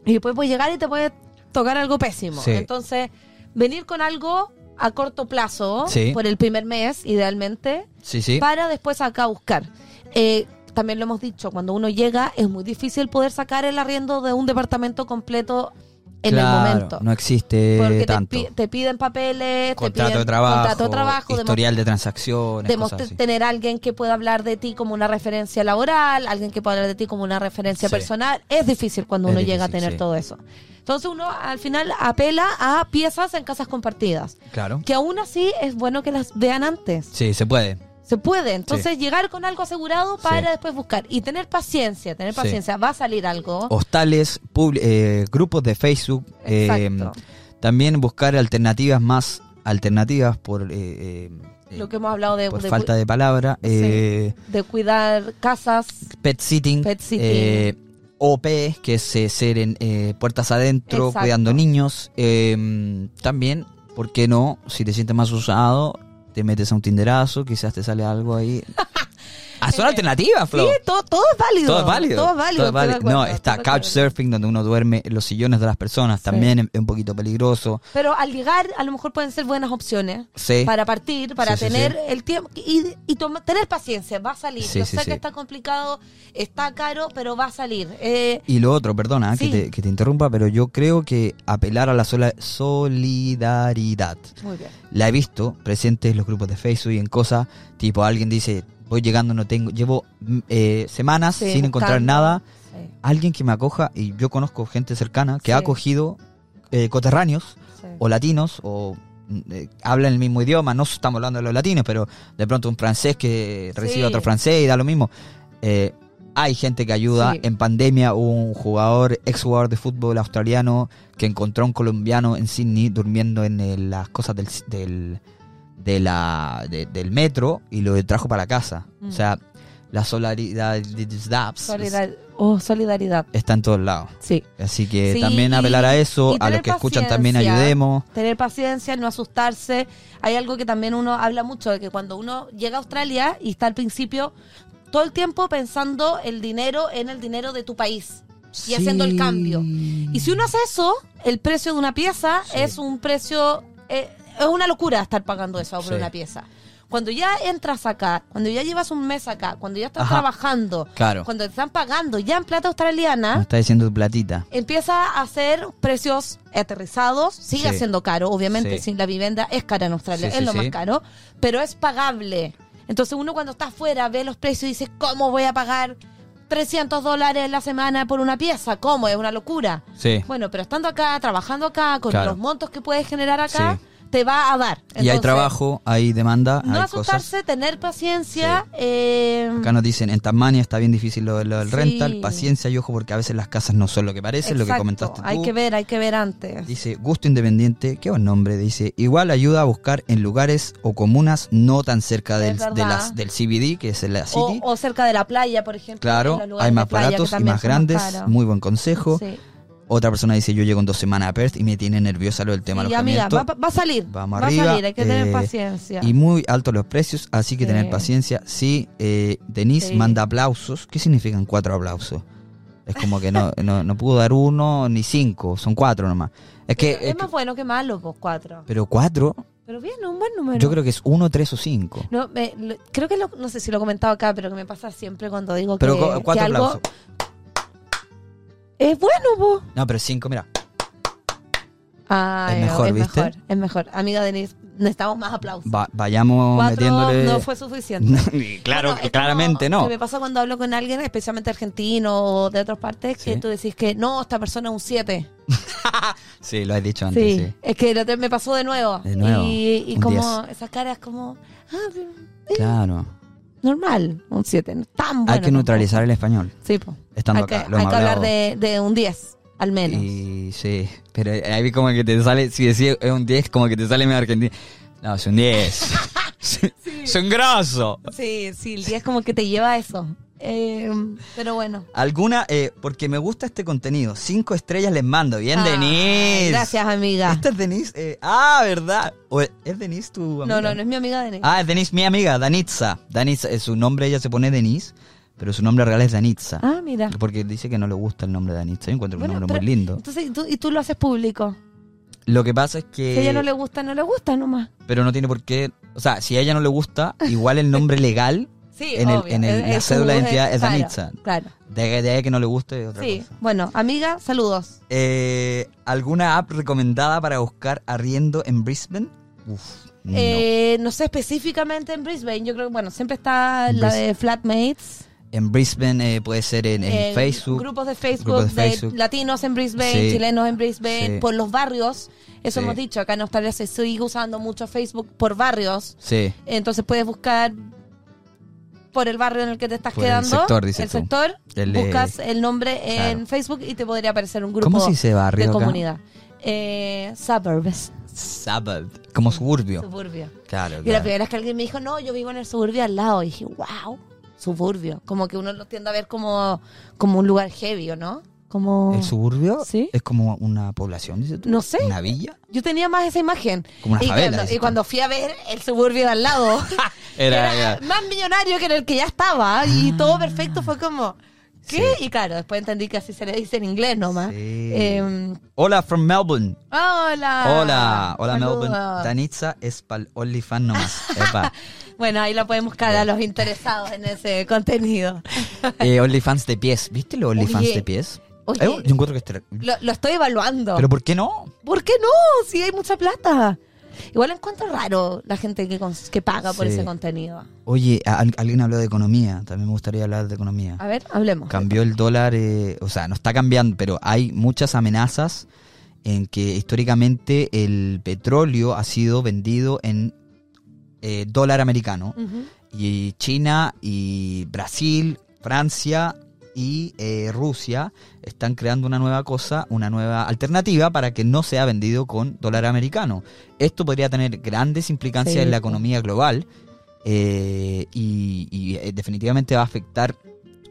S2: Y después puedes llegar y te puede tocar algo pésimo.
S1: Sí.
S2: Entonces, venir con algo a corto plazo,
S1: Sí.
S2: por el primer mes, idealmente,
S1: Sí, sí.
S2: para después acá buscar. Eh, también lo hemos dicho, cuando uno llega es muy difícil poder sacar el arriendo de un departamento completo en
S1: Claro,
S2: el momento.
S1: No existe
S2: Porque te
S1: tanto.
S2: pi- te, piden papeles,
S1: contrato
S2: te piden
S1: de trabajo,
S2: contrato de trabajo, demo-
S1: historial de transacciones,
S2: demo-
S1: cosas así.
S2: tener alguien que pueda hablar de ti como una referencia laboral, alguien que pueda hablar de ti como una referencia
S1: Sí.
S2: personal. Es difícil cuando
S1: Es
S2: uno llega a
S1: difícil,
S2: tener
S1: sí.
S2: todo eso. Entonces uno al final apela a piezas en casas compartidas,
S1: Claro.
S2: que aún así es bueno que las vean antes.
S1: Sí, se puede.
S2: Se puede, entonces llegar con algo asegurado para después buscar y tener paciencia, tener
S1: Sí. Oh,
S2: paciencia, va a salir algo.
S1: Hostales, publi- eh, grupos de Facebook. eh,
S2: Exacto.
S1: también buscar alternativas más alternativas por, eh, eh,
S2: Lo que hemos hablado de,
S1: por
S2: de-
S1: pues falta de palabra. eh,
S2: de cuidar casas,
S1: pet sitting.
S2: Pet sitting.
S1: eh, OP, que es eh, ser en eh, puertas adentro,
S2: Exacto.
S1: cuidando niños. eh, también, ¿por qué no? Si te sientes más usado, te metes a un tinderazo, quizás te sale algo ahí. ah, son alternativas, Flo.
S2: Sí, todo, todo es válido.
S1: Todo es válido.
S2: Todo es válido.
S1: Todo es
S2: estoy de
S1: válido.
S2: acuerdo,
S1: no,
S2: estoy
S1: está
S2: de acuerdo.
S1: couchsurfing, donde uno duerme en los sillones de las personas, también es es un poquito peligroso.
S2: Pero al llegar, a lo mejor pueden ser buenas opciones
S1: Sí.
S2: para partir, para
S1: Sí, sí,
S2: tener
S1: sí.
S2: el tiempo y, y toma- tener paciencia. Va a salir.
S1: Sí,
S2: Yo
S1: sí,
S2: sé
S1: sí.
S2: que está complicado, está caro, pero va a salir. Eh,
S1: Y lo otro, perdona
S2: Sí.
S1: que, te, que te interrumpa, pero yo creo que apelar a la sola solidaridad.
S2: muy bien.
S1: La he visto presente en los grupos de Facebook y en cosas tipo alguien dice, voy llegando, no tengo, llevo mm, eh, semanas
S2: Sí,
S1: sin encontrar
S2: buscando.
S1: nada.
S2: Sí,
S1: Alguien que me acoja, y yo conozco gente cercana que
S2: Sí.
S1: ha acogido eh, coterráneos
S2: sí.
S1: o latinos o mm, eh, hablan el mismo idioma, no estamos hablando de los latinos, pero de pronto un francés que recibe a otro
S2: Sí.
S1: francés y da lo mismo. Eh, hay gente que ayuda.
S2: Sí.
S1: En pandemia hubo un jugador, ex jugador de fútbol australiano, que encontró a un colombiano en Sydney durmiendo en eh, las cosas del, del, de la, de- del metro y lo trajo para casa.
S2: Mm.
S1: O sea, la solidaridad
S2: Solidar- oh, solidaridad.
S1: está en todos lados.
S2: Sí.
S1: Así que
S2: Sí,
S1: también apelar a eso,
S2: y
S1: a los
S2: tener
S1: que escuchan también
S2: paciencia.
S1: ayudemos.
S2: Tener paciencia, no asustarse. Hay algo que también uno habla mucho, de que cuando uno llega a Australia y está al principio todo el tiempo pensando el dinero en el dinero de tu país. y haciendo el cambio. Y si uno hace eso, el precio de una pieza
S1: Sí.
S2: es un precio. eh, es una locura estar pagando eso por
S1: Sí.
S2: una pieza. Cuando ya entras acá, cuando ya llevas un mes acá, cuando ya estás
S1: Ajá.
S2: trabajando,
S1: Claro.
S2: cuando te están pagando ya en plata
S1: Me
S2: australiana,
S1: está diciendo platita.
S2: empieza a hacer precios aterrizados. Sigue
S1: Sí.
S2: siendo caro, obviamente,
S1: Sí.
S2: sin la vivienda es cara en Australia,
S1: Sí,
S2: es
S1: sí,
S2: lo
S1: sí.
S2: más caro, pero es pagable. Entonces uno cuando está afuera ve los precios y dice, ¿cómo voy a pagar 300 dólares la semana por una pieza? ¿Cómo? Es una locura.
S1: Sí.
S2: Bueno, pero estando acá, trabajando acá, con
S1: Claro.
S2: los montos que puedes generar acá,
S1: Sí.
S2: te va a dar.
S1: y hay
S2: Entonces,
S1: trabajo, hay demanda,
S2: No
S1: hay cosas.
S2: asustarse, tener paciencia. eh,
S1: Acá nos dicen, en Tasmania está bien difícil lo, lo del
S2: Sí.
S1: rental, paciencia y ojo porque a veces las casas no son lo que parecen, lo que
S2: exacto,
S1: comentaste
S2: Hay
S1: tú.
S2: que ver, hay que ver antes.
S1: Dice, gusto independiente, qué buen nombre, dice, igual ayuda a buscar en lugares o comunas no tan cerca del,
S2: Es verdad.
S1: de las, del CBD, que es la
S2: O,
S1: city.
S2: o cerca de la playa, por ejemplo. en
S1: claro,
S2: los lugares
S1: hay
S2: de
S1: más
S2: playa que
S1: baratos y
S2: también
S1: más
S2: son
S1: grandes,
S2: caros.
S1: muy buen consejo.
S2: Sí.
S1: Otra persona dice, yo llego en dos semanas a Perth y me tiene nerviosa lo del tema
S2: Sí, amiga,
S1: alojamiento.
S2: va, va a salir.
S1: Vamos
S2: va
S1: arriba.
S2: a salir, hay que tener
S1: eh,
S2: paciencia.
S1: Y muy altos los precios, así que
S2: Sí.
S1: tener paciencia. Sí, eh, Denise
S2: Sí.
S1: manda aplausos. ¿Qué significan cuatro aplausos? Es como que no, no, no pudo dar uno ni cinco, son cuatro nomás. Es que,
S2: Pero
S1: eh, es
S2: es más
S1: que-
S2: bueno que malo, pues cuatro.
S1: pero cuatro,
S2: Pero bien, un buen número.
S1: yo creo que es uno, tres o cinco.
S2: No, me- lo- creo que lo- no sé si lo he comentado acá, pero que me pasa siempre cuando digo
S1: Pero
S2: que,
S1: cu-
S2: que
S1: cuatro
S2: algo
S1: aplausos.
S2: es bueno, po.
S1: No, pero cinco, mira.
S2: Ah,
S1: Es
S2: ya,
S1: mejor,
S2: es
S1: ¿viste?
S2: mejor, es mejor. Amiga Denise, necesitamos más aplausos.
S1: Va- vayamos
S2: Cuatro
S1: metiéndole.
S2: no fue suficiente.
S1: Y claro,
S2: Bueno, es
S1: claramente
S2: como
S1: no.
S2: Que me pasa cuando hablo con alguien, especialmente argentino o de otras partes, que
S1: Sí.
S2: tú decís que no, esta persona es un 7.
S1: Sí, lo has dicho antes.
S2: Sí,
S1: sí.
S2: es que el otro- me pasó de nuevo.
S1: De nuevo,
S2: Y, y
S1: un
S2: como esas caras como, ah, pero
S1: Claro.
S2: normal, un 7. no Tan bueno.
S1: Hay que
S2: tampoco.
S1: neutralizar el español.
S2: Sí, po.
S1: Estando
S2: hay que,
S1: acá, lo
S2: hay
S1: hemos
S2: que hablar
S1: hablado.
S2: de, de un 10, al menos.
S1: Y sí, pero ahí como que te sale, si decís es un 10, como que te sale medio argentino. No, es un 10. Es un grosso.
S2: Sí, sí, el 10 como que te lleva a eso. Eh, pero bueno.
S1: Alguna, eh, porque me gusta este contenido. Cinco estrellas les mando. Bien,
S2: Ay,
S1: Denise.
S2: Ah, Gracias, amiga.
S1: Esta es Denise. eh, ah, ¿verdad? ¿O ¿Es es Denise tu amiga?
S2: No, no, no es mi amiga Denise.
S1: Ah, es Denise, mi amiga, Danitza. Danitza, eh, su nombre ella se pone Denise, pero su nombre real es Danitza.
S2: Ah, mira.
S1: Porque dice que no le gusta el nombre de Danitza. Yo encuentro
S2: Bueno,
S1: un nombre
S2: pero-
S1: muy lindo.
S2: Entonces, ¿y tú, y tú lo haces público.
S1: Lo que pasa es que...
S2: Si a ella no le gusta, no le gusta nomás.
S1: pero no tiene por qué. O sea, si a ella no le gusta, igual el nombre legal
S2: Sí,
S1: en, el, en el- la cédula de identidad es
S2: claro,
S1: Danitza.
S2: Claro.
S1: De, de ahí que no le guste es otra
S2: Sí,
S1: cosa.
S2: bueno, amiga, saludos.
S1: Eh, ¿Alguna app recomendada para buscar arriendo en Brisbane? Uf, no.
S2: Eh, no sé específicamente en Brisbane, yo creo que, bueno, siempre está
S1: En
S2: la
S1: Bris-
S2: de Flatmates.
S1: en Brisbane eh, puede ser en, en
S2: en
S1: Facebook.
S2: Grupos de Facebook,
S1: grupos de
S2: de
S1: Facebook.
S2: latinos en Brisbane,
S1: Sí.
S2: chilenos en Brisbane,
S1: Sí.
S2: por los barrios. Eso
S1: Sí.
S2: hemos dicho, acá en Australia se sigue usando mucho Facebook por barrios.
S1: Sí,
S2: Entonces puedes buscar por el barrio en el que te estás
S1: Por el
S2: quedando.
S1: sector, dices
S2: el
S1: tú.
S2: sector,
S1: El, eh,
S2: buscas el nombre en
S1: claro.
S2: Facebook y te podría aparecer un grupo
S1: ¿Cómo se dice barrio
S2: de
S1: acá?
S2: comunidad. Eh, suburbs,
S1: Suburb, como suburbio.
S2: suburbio.
S1: Claro,
S2: Y la
S1: claro.
S2: primera vez que alguien me dijo, no, yo vivo en el suburbio al lado. Y dije, wow, suburbio. Como que uno lo tiende a ver como, como un lugar heavy, ¿o no? Como...
S1: ¿El suburbio
S2: Sí.
S1: es como una población, dice tú?
S2: No sé.
S1: ¿Una villa?
S2: Yo tenía más esa imagen.
S1: Como una
S2: y
S1: favela,
S2: cuando,
S1: dices
S2: y
S1: tú.
S2: cuando fui a ver el suburbio de al lado, era, más millonario que en el que ya estaba. ¿eh?
S1: Ah.
S2: Y todo perfecto fue como, ¿qué? Y claro, después entendí que así se le dice en inglés nomás.
S1: Sí.
S2: Eh,
S1: Hola, from Melbourne.
S2: hola.
S1: Hola, hola
S2: Saludos.
S1: Melbourne. Danitza es pa'l OnlyFans nomás. Epa.
S2: Bueno, ahí la podemos buscar a los interesados en ese contenido.
S1: Eh, OnlyFans de pies. ¿Viste los OnlyFans
S2: Oye,
S1: de pies?
S2: oye.
S1: Eh, yo encuentro que es ter-
S2: Lo, lo estoy evaluando.
S1: ¿Pero por qué no?
S2: ¿Por qué no? Si hay mucha plata. Igual encuentro raro la gente que, cons- que paga por
S1: Sí.
S2: ese contenido.
S1: Oye, a- al- alguien habló de economía. También me gustaría hablar de economía.
S2: A ver, hablemos.
S1: Cambió el dólar, eh, o sea, no está cambiando, pero hay muchas amenazas en que históricamente el petróleo ha sido vendido en eh, dólar americano.
S2: Ujú.
S1: y China y Brasil, Francia y eh, Rusia están creando una nueva cosa, una nueva alternativa para que no sea vendido con dólar americano. Esto podría tener grandes implicancias
S2: Sí,
S1: en la
S2: po.
S1: economía global eh, y, y, eh, definitivamente va a afectar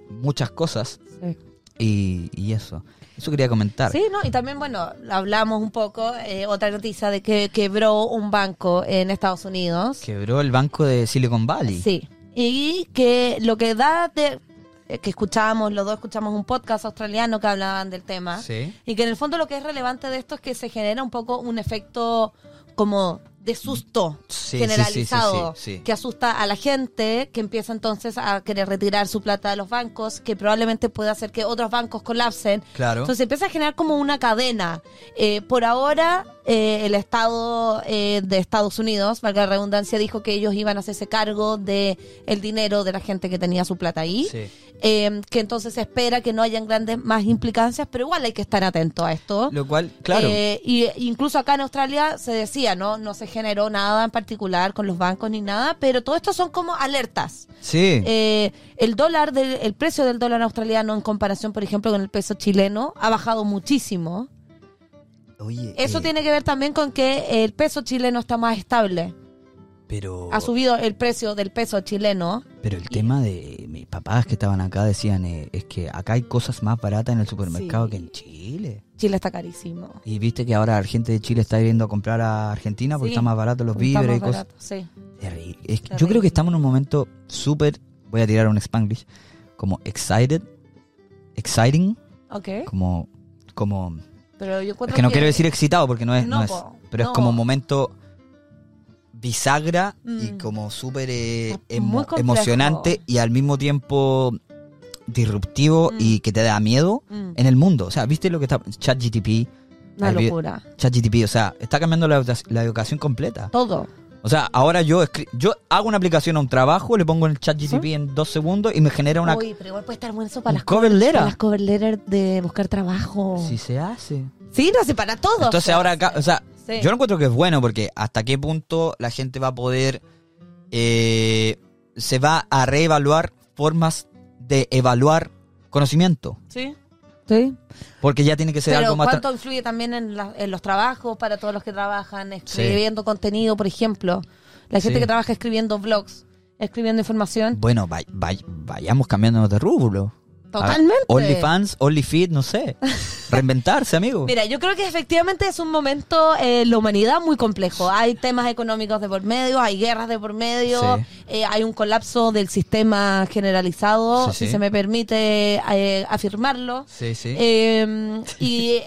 S1: muchas cosas
S2: Sí.
S1: y, y eso. Eso quería comentar.
S2: Sí, no, y también, bueno, hablamos un poco, eh, otra noticia de que quebró un banco en Estados Unidos.
S1: Quebró el banco de Silicon Valley.
S2: Sí. Y que lo que da de, eh, que escuchábamos, los dos escuchamos un podcast australiano que hablaban del tema.
S3: Sí.
S2: Y que en el fondo lo que es relevante de esto es que se genera un poco un efecto como de susto
S1: Sí, sí,
S2: generalizado
S1: sí, sí, sí, sí.
S2: que asusta a la gente que empieza entonces a querer retirar su plata de los bancos que probablemente puede hacer que otros bancos colapsen
S1: Claro.
S2: entonces empieza a generar como una cadena. Eh, por ahora, eh, el Estado eh, de Estados Unidos, valga la redundancia, dijo que ellos iban a hacerse cargo de el dinero de la gente que tenía su plata ahí.
S1: Sí.
S2: Eh, que entonces se espera que no hayan grandes más implicancias, pero igual hay que estar atento a esto.
S1: Lo cual, claro.
S2: Eh, y incluso acá en Australia se decía, ¿no? No se generó nada en particular con los bancos ni nada, pero todo esto son como alertas.
S1: sí.
S2: Eh, el dólar, del, el precio del dólar australiano en comparación, por ejemplo, con el peso chileno, ha bajado muchísimo.
S1: Oye,
S2: Eso
S1: eh,
S2: tiene que ver también con que el peso chileno está más estable.
S1: Pero,
S2: Ha subido el precio del peso chileno.
S1: pero el tema de mis papás que estaban acá decían eh, es que acá hay cosas más baratas en el supermercado
S2: Sí.
S1: que en Chile.
S2: Chile está carísimo.
S1: Y viste que ahora la gente de Chile está yendo a comprar a Argentina porque
S2: Sí.
S1: está más barato los
S2: Está
S1: víveres
S2: más
S1: y cosas.
S2: barato, sí.
S1: Terrible. Es que yo
S2: Terrible.
S1: creo que estamos en un momento súper, voy a tirar un spanglish, como excited, exciting,
S2: Ok.
S1: como, como,
S2: Pero
S1: es
S2: yo encuentro
S1: que no quiero decir excitado porque no es, no,
S2: No,
S1: es,
S2: po,
S1: pero
S2: no.
S1: es como un momento bisagra y
S2: Mm.
S1: como súper eh,
S2: Es muy
S1: emo-
S2: complejo.
S1: emocionante y al mismo tiempo disruptivo
S2: Mm.
S1: y que te da miedo
S2: Mm,
S1: en el mundo. O sea, viste lo que está, ChatGTP,
S2: una
S1: al vi-
S2: locura.
S1: ChatGTP, o sea, está cambiando la, educa- la educación completa.
S2: Todo.
S1: O sea, ahora yo escri- yo hago una aplicación a un trabajo, le pongo en el chat GTP en dos segundos y me genera una
S2: Uy, pero igual puede estar bueno eso para
S1: un
S2: las,
S1: cover letter.
S2: para las cover letters de buscar trabajo.
S1: Si se hace.
S2: Sí, no sé, para todo.
S1: Entonces ahora acá, o sea,
S2: Sí.
S1: yo lo encuentro que es bueno porque hasta qué punto la gente va a poder, eh, se va a reevaluar formas de evaluar conocimiento.
S2: Sí. Sí.
S1: Porque ya tiene que ser
S2: Pero
S1: algo más... tra-
S2: ¿cuánto influye también en, la- en los trabajos para todos los que trabajan escribiendo contenido, por ejemplo? La gente
S1: Sí.
S2: que trabaja escribiendo blogs, escribiendo información.
S1: Bueno, vay- vay- vayamos cambiándonos de rubro.
S2: Totalmente.
S1: A- Ah, OnlyFans, OnlyFit, no sé. Reinventarse, amigo.
S2: Mira, yo creo que efectivamente es un momento eh, la humanidad muy complejo. Hay temas económicos de por medio, hay guerras de por medio,
S1: Sí.
S2: eh, hay un colapso del sistema generalizado,
S1: Sí, sí.
S2: si se me permite eh, afirmarlo.
S1: Sí, sí.
S2: Eh, y,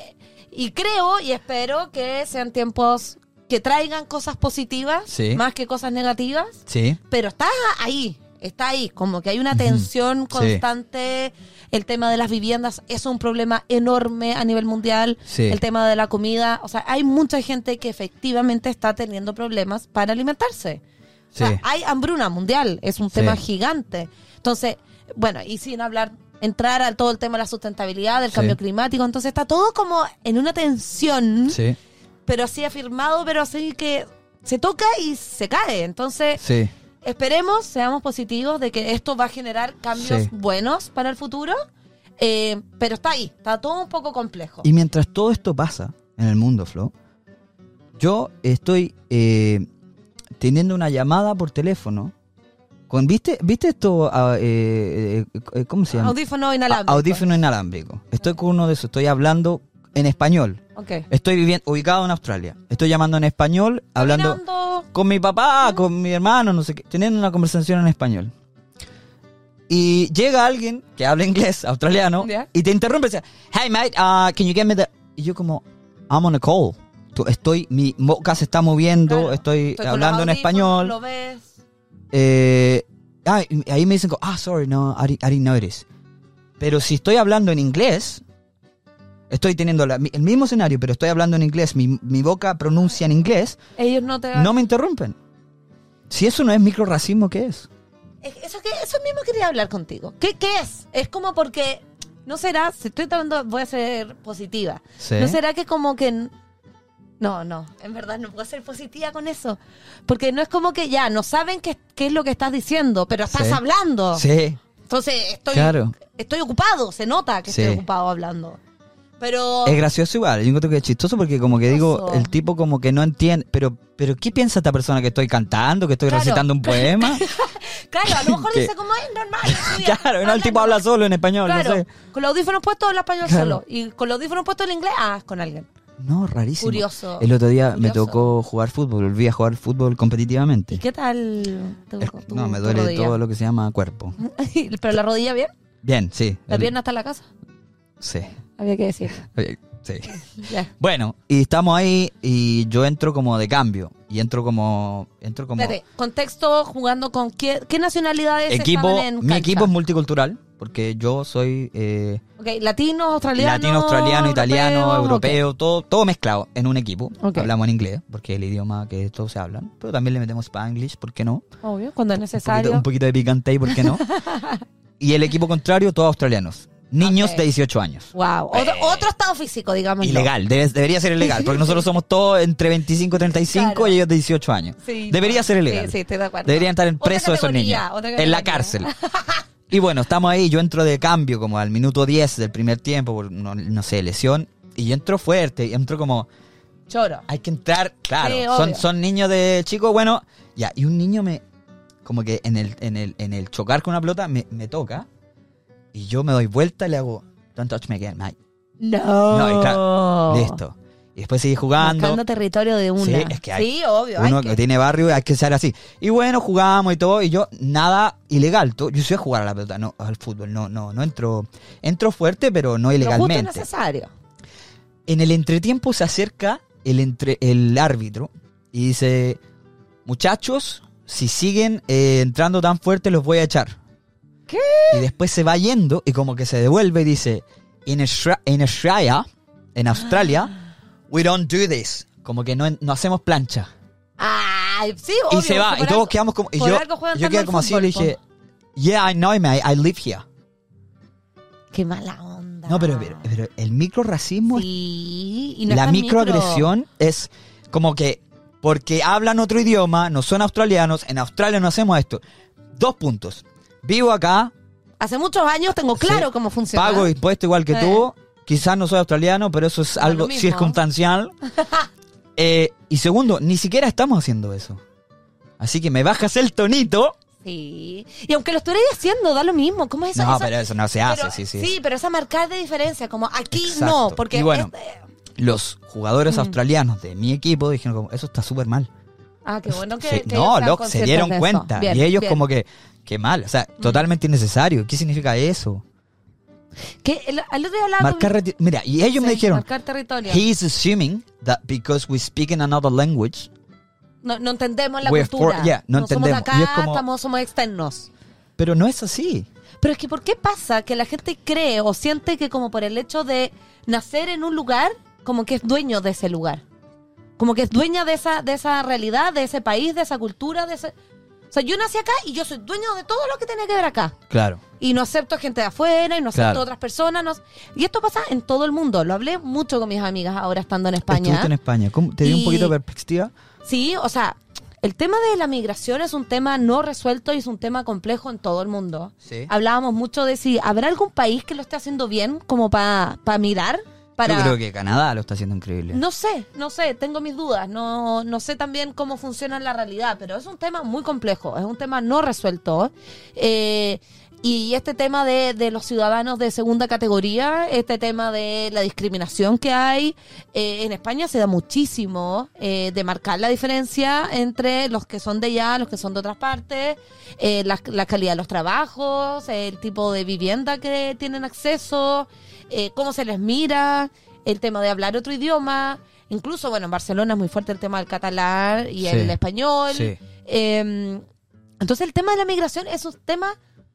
S2: y creo y espero que sean tiempos que traigan cosas positivas
S1: Sí.
S2: más que cosas negativas,
S1: sí.
S2: pero está ahí, está ahí, como que hay una tensión constante. El tema de las viviendas es un problema enorme a nivel mundial.
S1: Sí.
S2: El tema de la comida, o sea, hay mucha gente que efectivamente está teniendo problemas para alimentarse. O sea,
S1: Sí.
S2: hay hambruna mundial, es un
S1: Sí.
S2: tema gigante. Entonces, bueno, y sin hablar, entrar a todo el tema de la sustentabilidad, del
S1: Sí.
S2: cambio climático, entonces está todo como en una tensión,
S1: Sí.
S2: pero así afirmado, pero así que se toca y se cae. Entonces,
S1: Sí.
S2: esperemos, seamos positivos de que esto va a generar cambios
S1: Sí.
S2: buenos para el futuro, eh, pero está ahí, está todo un poco complejo.
S1: Y mientras todo esto pasa en el mundo, Flo, yo estoy eh, teniendo una llamada por teléfono. Con, ¿viste, ¿Viste esto? ah, eh, eh, eh, ¿Cómo se llama?
S2: Audífono inalámbrico.
S1: A- Audífono inalámbrico. Estoy con uno de esos. Estoy hablando en español.
S2: Ok.
S1: Estoy viviendo, ubicado en Australia. Estoy llamando en español, hablando
S2: Caminando,
S1: con mi papá, con mi hermano, no sé qué, teniendo una conversación en español. Y llega alguien que habla inglés, australiano,
S2: Ya.
S1: y te interrumpe y dice, hey mate, uh, can you get me the... Y yo como, I'm on a call. Tú- Estoy, mi boca se está moviendo,
S2: Claro.
S1: estoy,
S2: estoy con
S1: hablando
S2: los
S1: en
S2: audífonos,
S1: español.
S2: Lo ves.
S1: Eh, ah, y ahí me dicen, como, ah, sorry, no, I, di- I didn't notice. Pero si estoy hablando en inglés, estoy teniendo la- el mismo escenario, pero estoy hablando en inglés, mi, mi boca pronuncia en inglés,
S2: Ellos no te
S1: no me interrumpen. Si eso no es microracismo, ¿qué es?
S2: Es- Eso, que, eso mismo quería hablar contigo. ¿Qué, qué es? Es como porque, no será, si estoy tratando, voy a ser positiva.
S1: Sí.
S2: ¿No será que como que... n- No, no, en verdad no puedo ser positiva con eso. Porque no es como que ya, no saben qué, qué es lo que estás diciendo, pero estás
S1: Sí.
S2: hablando.
S1: Sí,
S2: Entonces estoy,
S1: claro.
S2: estoy ocupado, se nota que
S1: Sí.
S2: estoy ocupado hablando. Pero...
S1: Es gracioso igual, yo encuentro que es chistoso porque como que digo,
S2: Chistoso.
S1: el tipo como que no entiende, pero pero ¿qué piensa esta persona que estoy cantando, que estoy
S2: Claro.
S1: recitando un poema?
S2: Claro, a lo mejor
S1: ¿Qué?
S2: dice como es normal. es tuya".
S1: claro, no, el tipo
S2: Hablando.
S1: habla solo en español,
S2: Claro,
S1: no sé.
S2: con los audífonos puestos habla español
S1: Claro.
S2: solo. Y con los audífonos puestos en inglés, ah, con alguien.
S1: No, rarísimo.
S2: Curioso.
S1: El otro día me
S2: Curioso.
S1: tocó jugar fútbol, volví a jugar fútbol competitivamente.
S2: ¿Y qué tal? tu-
S1: El-
S2: tu-
S1: no, me
S2: tu
S1: duele
S2: rodilla?
S1: todo lo que se llama cuerpo.
S2: ¿Pero la rodilla bien?
S1: Bien, sí.
S2: ¿Mm? La
S1: el-
S2: pierna está en la casa.
S1: Sí.
S2: Había que decir.
S1: eh, Sí.
S2: Ya.
S1: Bueno, y estamos ahí y yo entro como de cambio. Y entro como. Entro como.
S2: Espérate, contexto jugando con qué, qué nacionalidades
S1: Equipo,
S2: estaban en
S1: mi
S2: cancha?
S1: equipo es multicultural, porque yo soy eh,
S2: Ok, latinos, australianos.
S1: latino, australiano, italiano,
S2: europeos,
S1: europeo, todo, todo mezclado en un equipo.
S2: Ok.
S1: Hablamos en inglés, porque es el idioma que todos se hablan. Pero también le metemos spanglish, ¿por qué no?
S2: ok. Obvio, cuando es
S1: poquito-
S2: necesario.
S1: un poquito de picante ahí, ¿por qué no? y el equipo contrario, todos australianos. Niños
S2: Ok.
S1: de 18 años.
S2: Wow. Otro,
S1: Eh.
S2: otro estado físico, digamos.
S1: Ilegal, debe- debería ser ilegal, porque nosotros somos todos entre 25 y 35
S2: Claro.
S1: y ellos de 18 años.
S2: Sí,
S1: debería
S2: no,
S1: ser
S2: sí,
S1: ilegal.
S2: sí, estoy de acuerdo.
S1: Deberían estar en
S2: Otra
S1: preso esos niños,
S2: categoría, otra
S1: en la
S2: categoría.
S1: cárcel. Y bueno, estamos ahí, yo entro de cambio como al minuto 10 del primer tiempo, por, no, no sé, lesión, y yo entro fuerte, y entro como,
S2: Choro.
S1: hay que entrar, claro,
S2: Sí,
S1: son,
S2: obvio.
S1: son niños de chicos, bueno, ya, y un niño me, como que en el, en el, en el chocar con una pelota me, me toca, y yo me doy vuelta y le hago, don't touch me again, mate.
S2: No.
S1: No, y
S2: Oh.
S1: claro, listo. Y después sigue jugando,
S2: Marcando territorio de una.
S1: Sí, es que hay-
S2: Sí, obvio. hay
S1: uno
S2: que-
S1: que tiene barrio hay que ser así. Y bueno, jugamos y todo, y yo, nada ilegal. to- Yo soy a jugar a la pelota, no al fútbol, no, no, no entro. Entro fuerte, pero no
S2: lo justo y
S1: ilegalmente.
S2: necesario.
S1: En el entretiempo se acerca el, entre, el árbitro y dice: Muchachos, si siguen eh, entrando tan fuerte, los voy a echar.
S2: ¿Qué?
S1: Y después se va yendo y como que se devuelve y dice: En Austra- en Australia, en Australia, we don't do this. Como que no, no hacemos plancha
S2: Ay, sí,
S1: y
S2: obvio.
S1: se va.
S2: por
S1: Y todos
S2: algo-
S1: quedamos como. Y
S2: por
S1: yo,
S2: algo juegan
S1: yo
S2: tanto
S1: quedé
S2: al
S1: como así y
S2: fútbol,
S1: le dije, Yeah, I know, mate. I live here.
S2: Qué mala onda.
S1: No, pero, pero, pero el micro racismo,
S2: Sí, y no
S1: la
S2: están micro.
S1: microagresión es como que porque hablan otro idioma, no son australianos, en Australia no hacemos esto. Dos puntos. Vivo acá,
S2: Hace muchos años tengo claro
S1: Sí.
S2: cómo funciona.
S1: pago impuesto igual que
S2: Eh.
S1: tú. Quizás no soy australiano, pero eso es
S2: Da lo
S1: algo
S2: mismo.
S1: circunstancial. Eh, y segundo, ni siquiera estamos haciendo eso. Así que me bajas el tonito.
S2: Sí. Y aunque lo estuvierais haciendo, da lo mismo. ¿Cómo es eso?
S1: No,
S2: Esa-
S1: pero eso no se hace,
S2: pero-
S1: sí, sí.
S2: pero esa marcar de diferencia, como aquí
S1: Exacto.
S2: no, porque
S1: Y bueno.
S2: este-
S1: los jugadores
S2: Mm.
S1: australianos de mi equipo dijeron como, eso está súper mal.
S2: Ah, qué bueno que,
S1: Se-
S2: que ellos
S1: no,
S2: sean
S1: loco, se
S2: conscientes
S1: dieron
S2: de eso.
S1: cuenta.
S2: Bien,
S1: y ellos
S2: bien. Mm.
S1: como que, qué mal, o sea, totalmente innecesario. ¿Qué significa eso?
S2: Que el, al otro día hablaba
S1: Marcar,
S2: con-
S1: reti- mira, y ellos me
S2: Ah, pues, Sí,
S1: dijeron,
S2: Marcar territorio.
S1: he is assuming that because we speak in another language,
S2: No, no entendemos la
S1: We're
S2: cultura.
S1: for- yeah, no entendemos.
S2: somos de acá,
S1: Y es como-
S2: estamos, somos externos.
S1: pero no es así.
S2: Pero es que, ¿por qué pasa que la gente cree o siente que como por el hecho de nacer en un lugar, como que es dueño de ese lugar? Como que es dueña de esa, de esa realidad, de ese país, de esa cultura, de ese... O sea, yo nací acá y yo soy dueño de todo lo que tiene que ver acá.
S1: Claro.
S2: Y no acepto gente de afuera, y no acepto
S1: Claro.
S2: otras personas. no- Y esto pasa en todo el mundo. Lo hablé mucho con mis amigas ahora estando en España.
S1: Estuviste en España. ¿Cómo- ¿Te dio un
S2: Y-
S1: poquito de perspectiva?
S2: Sí, o sea, el tema de la migración es un tema no resuelto y es un tema complejo en todo el mundo.
S1: Sí.
S2: Hablábamos mucho de si habrá algún país que lo esté haciendo bien como para mirar, para...
S1: Yo creo que Canadá lo está haciendo increíble.
S2: No sé, no sé, tengo mis dudas, no, no sé también cómo funciona en la realidad, pero es un tema muy complejo, es un tema no resuelto. Eh, y este tema de, de los ciudadanos de segunda categoría, este tema de la discriminación que hay, eh, en España se da muchísimo eh, de marcar la diferencia entre los que son de allá, los que son de otras partes, eh, la, la calidad de los trabajos, el tipo de vivienda que tienen acceso, eh, cómo se les mira el tema de hablar otro idioma. Incluso, bueno, en Barcelona es muy fuerte el tema del catalán y
S1: Sí.
S2: el español.
S1: Sí.
S2: Eh, entonces, el tema de la migración es un tema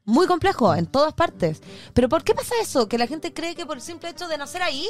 S2: muy complejo en todas partes. Pero ¿por qué pasa eso? Que la gente cree que por el simple hecho de nacer ahí,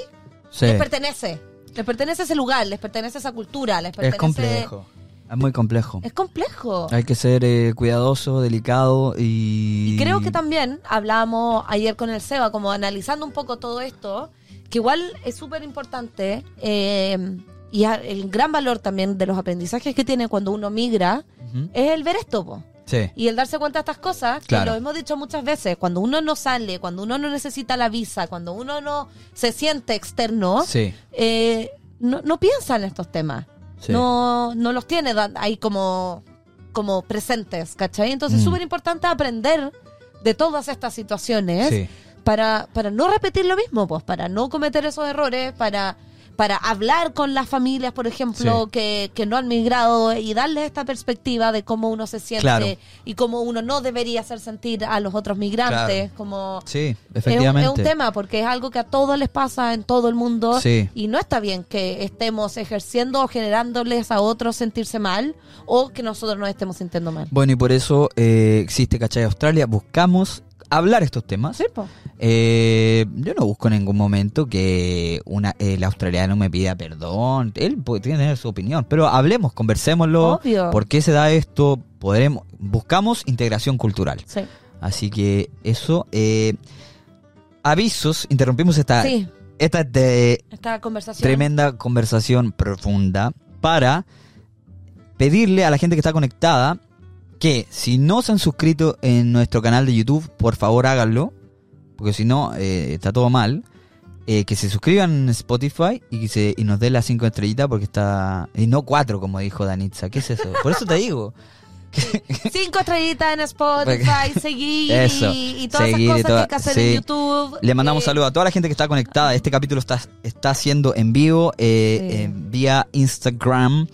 S1: Sí.
S2: les pertenece. Les pertenece ese lugar, les pertenece esa cultura, les pertenece...
S1: Es complejo. Es muy complejo.
S2: Es complejo.
S1: Hay que ser eh, cuidadoso, delicado y...
S2: Y creo que también hablábamos ayer con el Seba, como analizando un poco todo esto, que igual es súper importante eh, y a- el gran valor también de los aprendizajes que tiene cuando uno migra
S1: Ujú.
S2: es el ver esto, po.
S1: Sí.
S2: Y el darse cuenta de estas cosas, que
S1: Claro.
S2: lo hemos dicho muchas veces, cuando uno no sale, cuando uno no necesita la visa, cuando uno no se siente externo,
S1: Sí.
S2: eh, no, no piensa en estos temas.
S1: Sí.
S2: No, no los tiene da- ahí como, como presentes, ¿cachai? Entonces
S1: Mm.
S2: es súper importante aprender de todas estas situaciones
S1: Sí.
S2: para, para no repetir lo mismo, pues, para no cometer esos errores, para, para hablar con las familias, por ejemplo,
S1: Sí.
S2: que, que no han migrado y darles esta perspectiva de cómo uno se siente
S1: Claro.
S2: y cómo uno no debería hacer sentir a los otros migrantes.
S1: Claro.
S2: Como
S1: Sí,
S2: es un-
S1: efectivamente.
S2: Es un, tema porque es algo que a todos les pasa en todo el mundo
S1: Sí.
S2: y no está bien que estemos ejerciendo o generándoles a otros sentirse mal o que nosotros nos estemos sintiendo mal.
S1: Bueno, y por eso eh, existe Cachai Australia. Buscamos hablar estos temas.
S2: Sí, po.
S1: Eh, yo no busco en ningún momento que una, el australiano me pida perdón. Él puede tener su opinión, pero hablemos, conversémoslo.
S2: Obvio.
S1: ¿Por qué se da esto? Podremos, buscamos integración cultural.
S2: Sí.
S1: Así que eso. eh, avisos. Interrumpimos esta,
S2: Sí,
S1: esta de-
S2: esta conversación.
S1: tremenda conversación profunda para pedirle a la gente que está conectada que si no se han suscrito en nuestro canal de YouTube, por favor háganlo, porque si no eh, está todo mal. Eh, que se suscriban en Spotify y, que se, y nos den las cinco estrellitas porque está... Y no cuatro, como dijo Danitza. ¿Qué es eso? Por eso te digo.
S2: Cinco estrellitas en Spotify, seguir
S1: Eso,
S2: y, y todas
S1: seguir y
S2: esas cosas que
S1: toda-
S2: hay que hacer
S1: sí.
S2: en YouTube.
S1: Le mandamos
S2: Eh,
S1: saludos a toda la gente que está conectada. Este capítulo está, está siendo en vivo eh,
S2: Sí.
S1: eh, vía Instagram.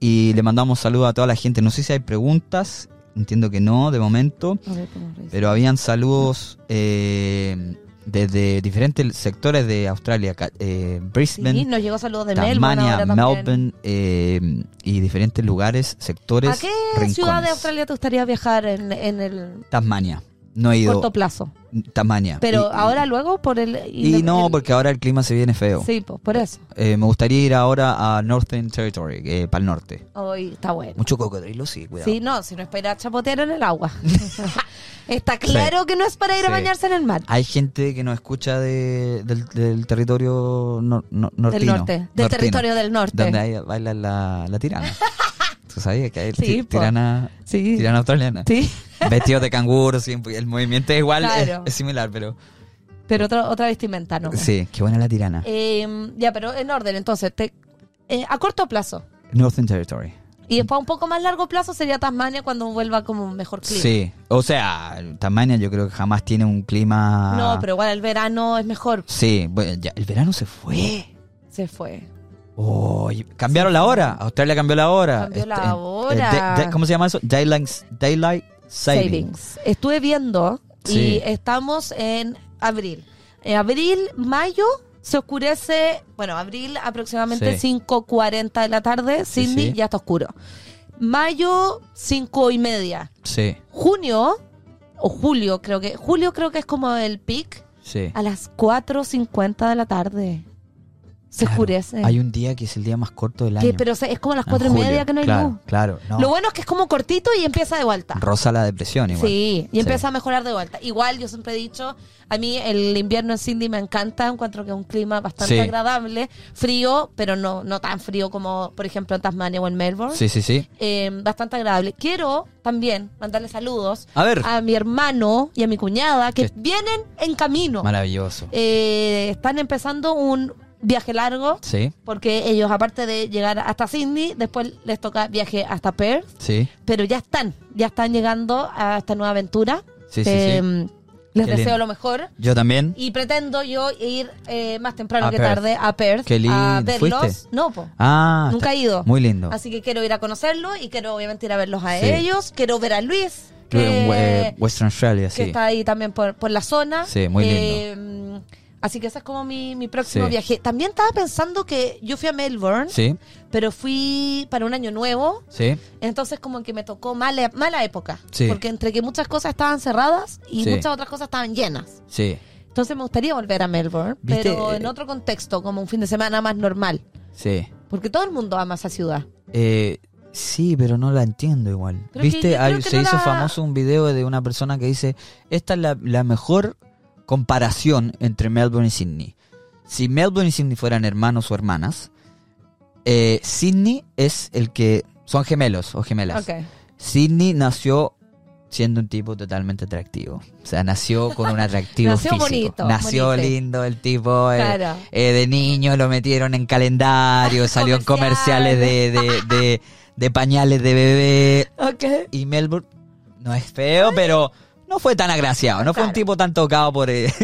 S1: Y le mandamos saludos a toda la gente. No sé si hay preguntas. Entiendo que no, de momento.
S2: a ver, ¿cómo lo hice?
S1: Pero habían saludos eh, desde diferentes sectores de Australia. ca- eh,
S2: Sí,
S1: Brisbane,
S2: nos llegó saludos de Melbourne.
S1: Tasmania,
S2: ahora también.
S1: Melbourne eh, y diferentes lugares, sectores,
S2: ¿A qué
S1: rincones.
S2: ciudad de Australia te gustaría viajar en, en el
S1: Tasmania. No he ido.
S2: corto plazo?
S1: Tasmania.
S2: Pero
S1: Y- y-
S2: ahora luego por el...
S1: Y, no,
S2: el-
S1: porque ahora el clima se viene feo.
S2: Sí, pues, por eso.
S1: Eh, me gustaría ir ahora a Northern Territory, para el norte.
S2: Hoy está bueno.
S1: Mucho cocodrilo, sí, cuidado.
S2: Sí, no, si no es para ir a chapotear en el agua. está claro que no es para ir a
S1: Sí. Ah,
S2: bañarse en el mar.
S1: Hay gente que nos escucha de- del, del territorio nor- nor- nortino.
S2: Del norte, del
S1: nortino,
S2: territorio del norte.
S1: Donde hay- baila la, la tirana. ¿Tú sabías que hay
S2: Sí,
S1: ti-
S2: po.
S1: tirana,
S2: Sí.
S1: tirana australiana?
S2: Sí.
S1: Vestidos de canguro, sí, pues, el movimiento es igual, es-
S2: Claro.
S1: es, similar, pero...
S2: Pero otra otra vestimenta, ¿no?
S1: Sí, qué buena la tirana.
S2: Eh, ya, pero en orden, entonces, te- eh, a corto plazo.
S1: Northern Territory.
S2: Y después a un poco más largo plazo sería Tasmania cuando vuelva como un mejor clima.
S1: Sí, o sea, Tasmania yo creo que jamás tiene un clima...
S2: No, pero igual el verano es mejor.
S1: Sí, bueno, ya, el verano se fue.
S2: Se fue.
S1: Oye, cambiaron la hora. Australia cambió la hora.
S2: Cambió la
S1: Este, eh,
S2: hora.
S1: de- de- ¿Cómo se llama eso? Daylight, daylight saving.
S2: Savings. Estuve viendo
S1: Sí.
S2: y estamos en abril. En abril, mayo se oscurece, bueno, abril aproximadamente
S1: Sí.
S2: 5.40 de la tarde,
S1: Sí,
S2: Sydney
S1: sí.
S2: ya está oscuro. Mayo 5 y media.
S1: Sí,
S2: Junio o julio, creo que julio creo que es como el peak
S1: sí.
S2: a las 4.50 de la tarde. Se
S1: Claro.
S2: oscurece.
S1: Hay un día que es el día más corto del
S2: Que-
S1: año.
S2: pero se- es como a las
S1: En
S2: 4 y media
S1: julio,
S2: que no hay
S1: claro,
S2: luz.
S1: Claro, no.
S2: Lo bueno es que es como cortito y empieza de vuelta.
S1: Rosa la depresión igual.
S2: Sí, y
S1: Sí.
S2: empieza a mejorar de vuelta. Igual, yo siempre he dicho, a mí el invierno en Sydney me encanta, encuentro que es un clima bastante
S1: Sí.
S2: agradable, frío, pero no, no tan frío como, por ejemplo, en Tasmania o en Melbourne.
S1: Sí, sí, sí.
S2: Eh, bastante agradable. Quiero también mandarle saludos
S1: A ver.
S2: a mi hermano y a mi cuñada que
S1: Que-
S2: vienen en camino.
S1: Maravilloso.
S2: Eh, están empezando un viaje largo
S1: Sí,
S2: porque ellos, aparte de llegar hasta Sydney, después les toca viaje hasta Perth
S1: sí.
S2: pero ya están, ya están llegando a esta nueva aventura.
S1: Sí, sí,
S2: Eh, Les
S1: Qué
S2: deseo
S1: lindo.
S2: lo mejor.
S1: Yo también.
S2: Y pretendo yo ir eh, más temprano
S1: A
S2: que
S1: Perth.
S2: tarde a Perth
S1: Qué lindo.
S2: a verlos.
S1: ¿Fuiste?
S2: No, po.
S1: Ah,
S2: Nunca
S1: está-
S2: he ido.
S1: Muy lindo.
S2: Así que quiero ir a conocerlos y quiero obviamente ir a verlos a
S1: Sí.
S2: ellos. Quiero ver a Luis,
S1: Creo que en
S2: que,
S1: We- Western Australia,
S2: que
S1: sí.
S2: está ahí también por, por la zona.
S1: Sí, muy lindo.
S2: Eh, así que ese es como mi, mi próximo
S1: Sí.
S2: viaje. También estaba pensando que yo fui a Melbourne,
S1: Sí,
S2: pero fui para un año nuevo.
S1: sí.
S2: Entonces como que me tocó mala, mala época.
S1: Sí.
S2: Porque entre que muchas cosas estaban cerradas y
S1: Sí.
S2: muchas otras cosas estaban llenas.
S1: Sí,
S2: Entonces me gustaría volver a Melbourne,
S1: ¿Viste?
S2: pero en otro contexto, como un fin de semana más normal.
S1: sí.
S2: Porque todo el mundo ama esa ciudad.
S1: Eh, sí, pero no la entiendo igual.
S2: Pero que
S1: ¿Viste?
S2: yo creo
S1: Hay-
S2: que
S1: se
S2: no
S1: hizo
S2: la-
S1: famoso un video de una persona que dice, esta es la, la mejor comparación entre Melbourne y Sydney. Si Melbourne y Sydney fueran hermanos o hermanas, eh, Sydney es el que... Son gemelos o gemelas.
S2: Ok.
S1: Sydney nació siendo un tipo totalmente atractivo. O sea, nació con un atractivo
S2: Nació
S1: físico.
S2: bonito,
S1: nació
S2: bonito.
S1: lindo el tipo. eh,
S2: Claro.
S1: eh, de niño lo metieron en calendario, salió en comerciales de, de, de- de pañales de bebé.
S2: Ok.
S1: Y Melbourne no es feo, pero no fue tan agraciado, no fue un
S2: Claro.
S1: tipo tan tocado por, eh,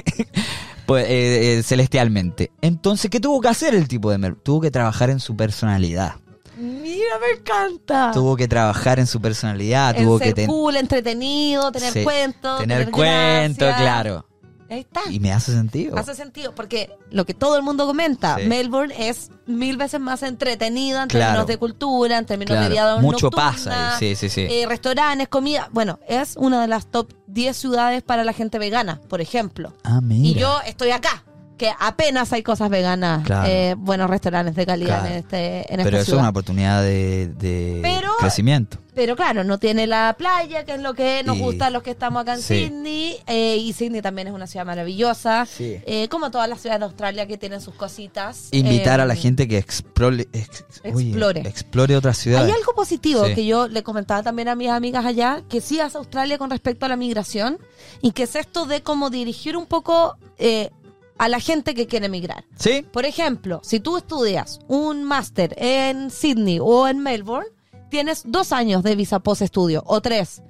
S1: pues, eh, eh, celestialmente. Entonces, ¿qué tuvo que hacer el tipo de Merb? Tuvo que trabajar en su personalidad.
S2: Mira, me encanta.
S1: Tuvo que trabajar en su personalidad,
S2: El
S1: tuvo
S2: Ah. ser
S1: que ten-
S2: cool, entretenido, tener
S1: sí,
S2: cuentos.
S1: tener cuento,
S2: gracia.
S1: claro.
S2: Ahí está.
S1: Y me hace sentido.
S2: Hace sentido, porque lo que todo el mundo comenta,
S1: Sí.
S2: Melbourne es mil veces más entretenida en
S1: Claro.
S2: términos de cultura, en términos de
S1: Claro,
S2: vida
S1: mucho
S2: nocturna,
S1: pasa ahí, sí, sí, sí.
S2: eh, restaurantes, comida. Bueno, es una de las top 10 ciudades para la gente vegana, por ejemplo.
S1: Ah, mira.
S2: Y yo estoy acá, que apenas hay cosas veganas,
S1: Claro.
S2: eh, buenos restaurantes de calidad
S1: Claro.
S2: en, este, en
S1: Pero
S2: esta
S1: eso es
S2: ciudad.
S1: una oportunidad de, de
S2: Pero-
S1: crecimiento.
S2: Pero claro, no tiene la playa, que es lo que nos
S1: Y-
S2: gusta a los que estamos acá en
S1: sí.
S2: Sydney. eh, y Sydney también es una ciudad maravillosa.
S1: Sí.
S2: eh, como todas las ciudades de Australia que tienen sus cositas.
S1: Invitar a la
S2: Eh,
S1: gente que explore, ex- oye,
S2: Explore.
S1: explore otras ciudades.
S2: Hay algo positivo
S1: Sí.
S2: que yo le comentaba también a mis amigas allá, que sí hace Australia con respecto a la migración, y que es esto de cómo dirigir un poco eh, a la gente que quiere emigrar.
S1: Sí,
S2: Por ejemplo, si tú estudias un máster en Sydney o en Melbourne, tienes dos años de visa post-estudio o tres.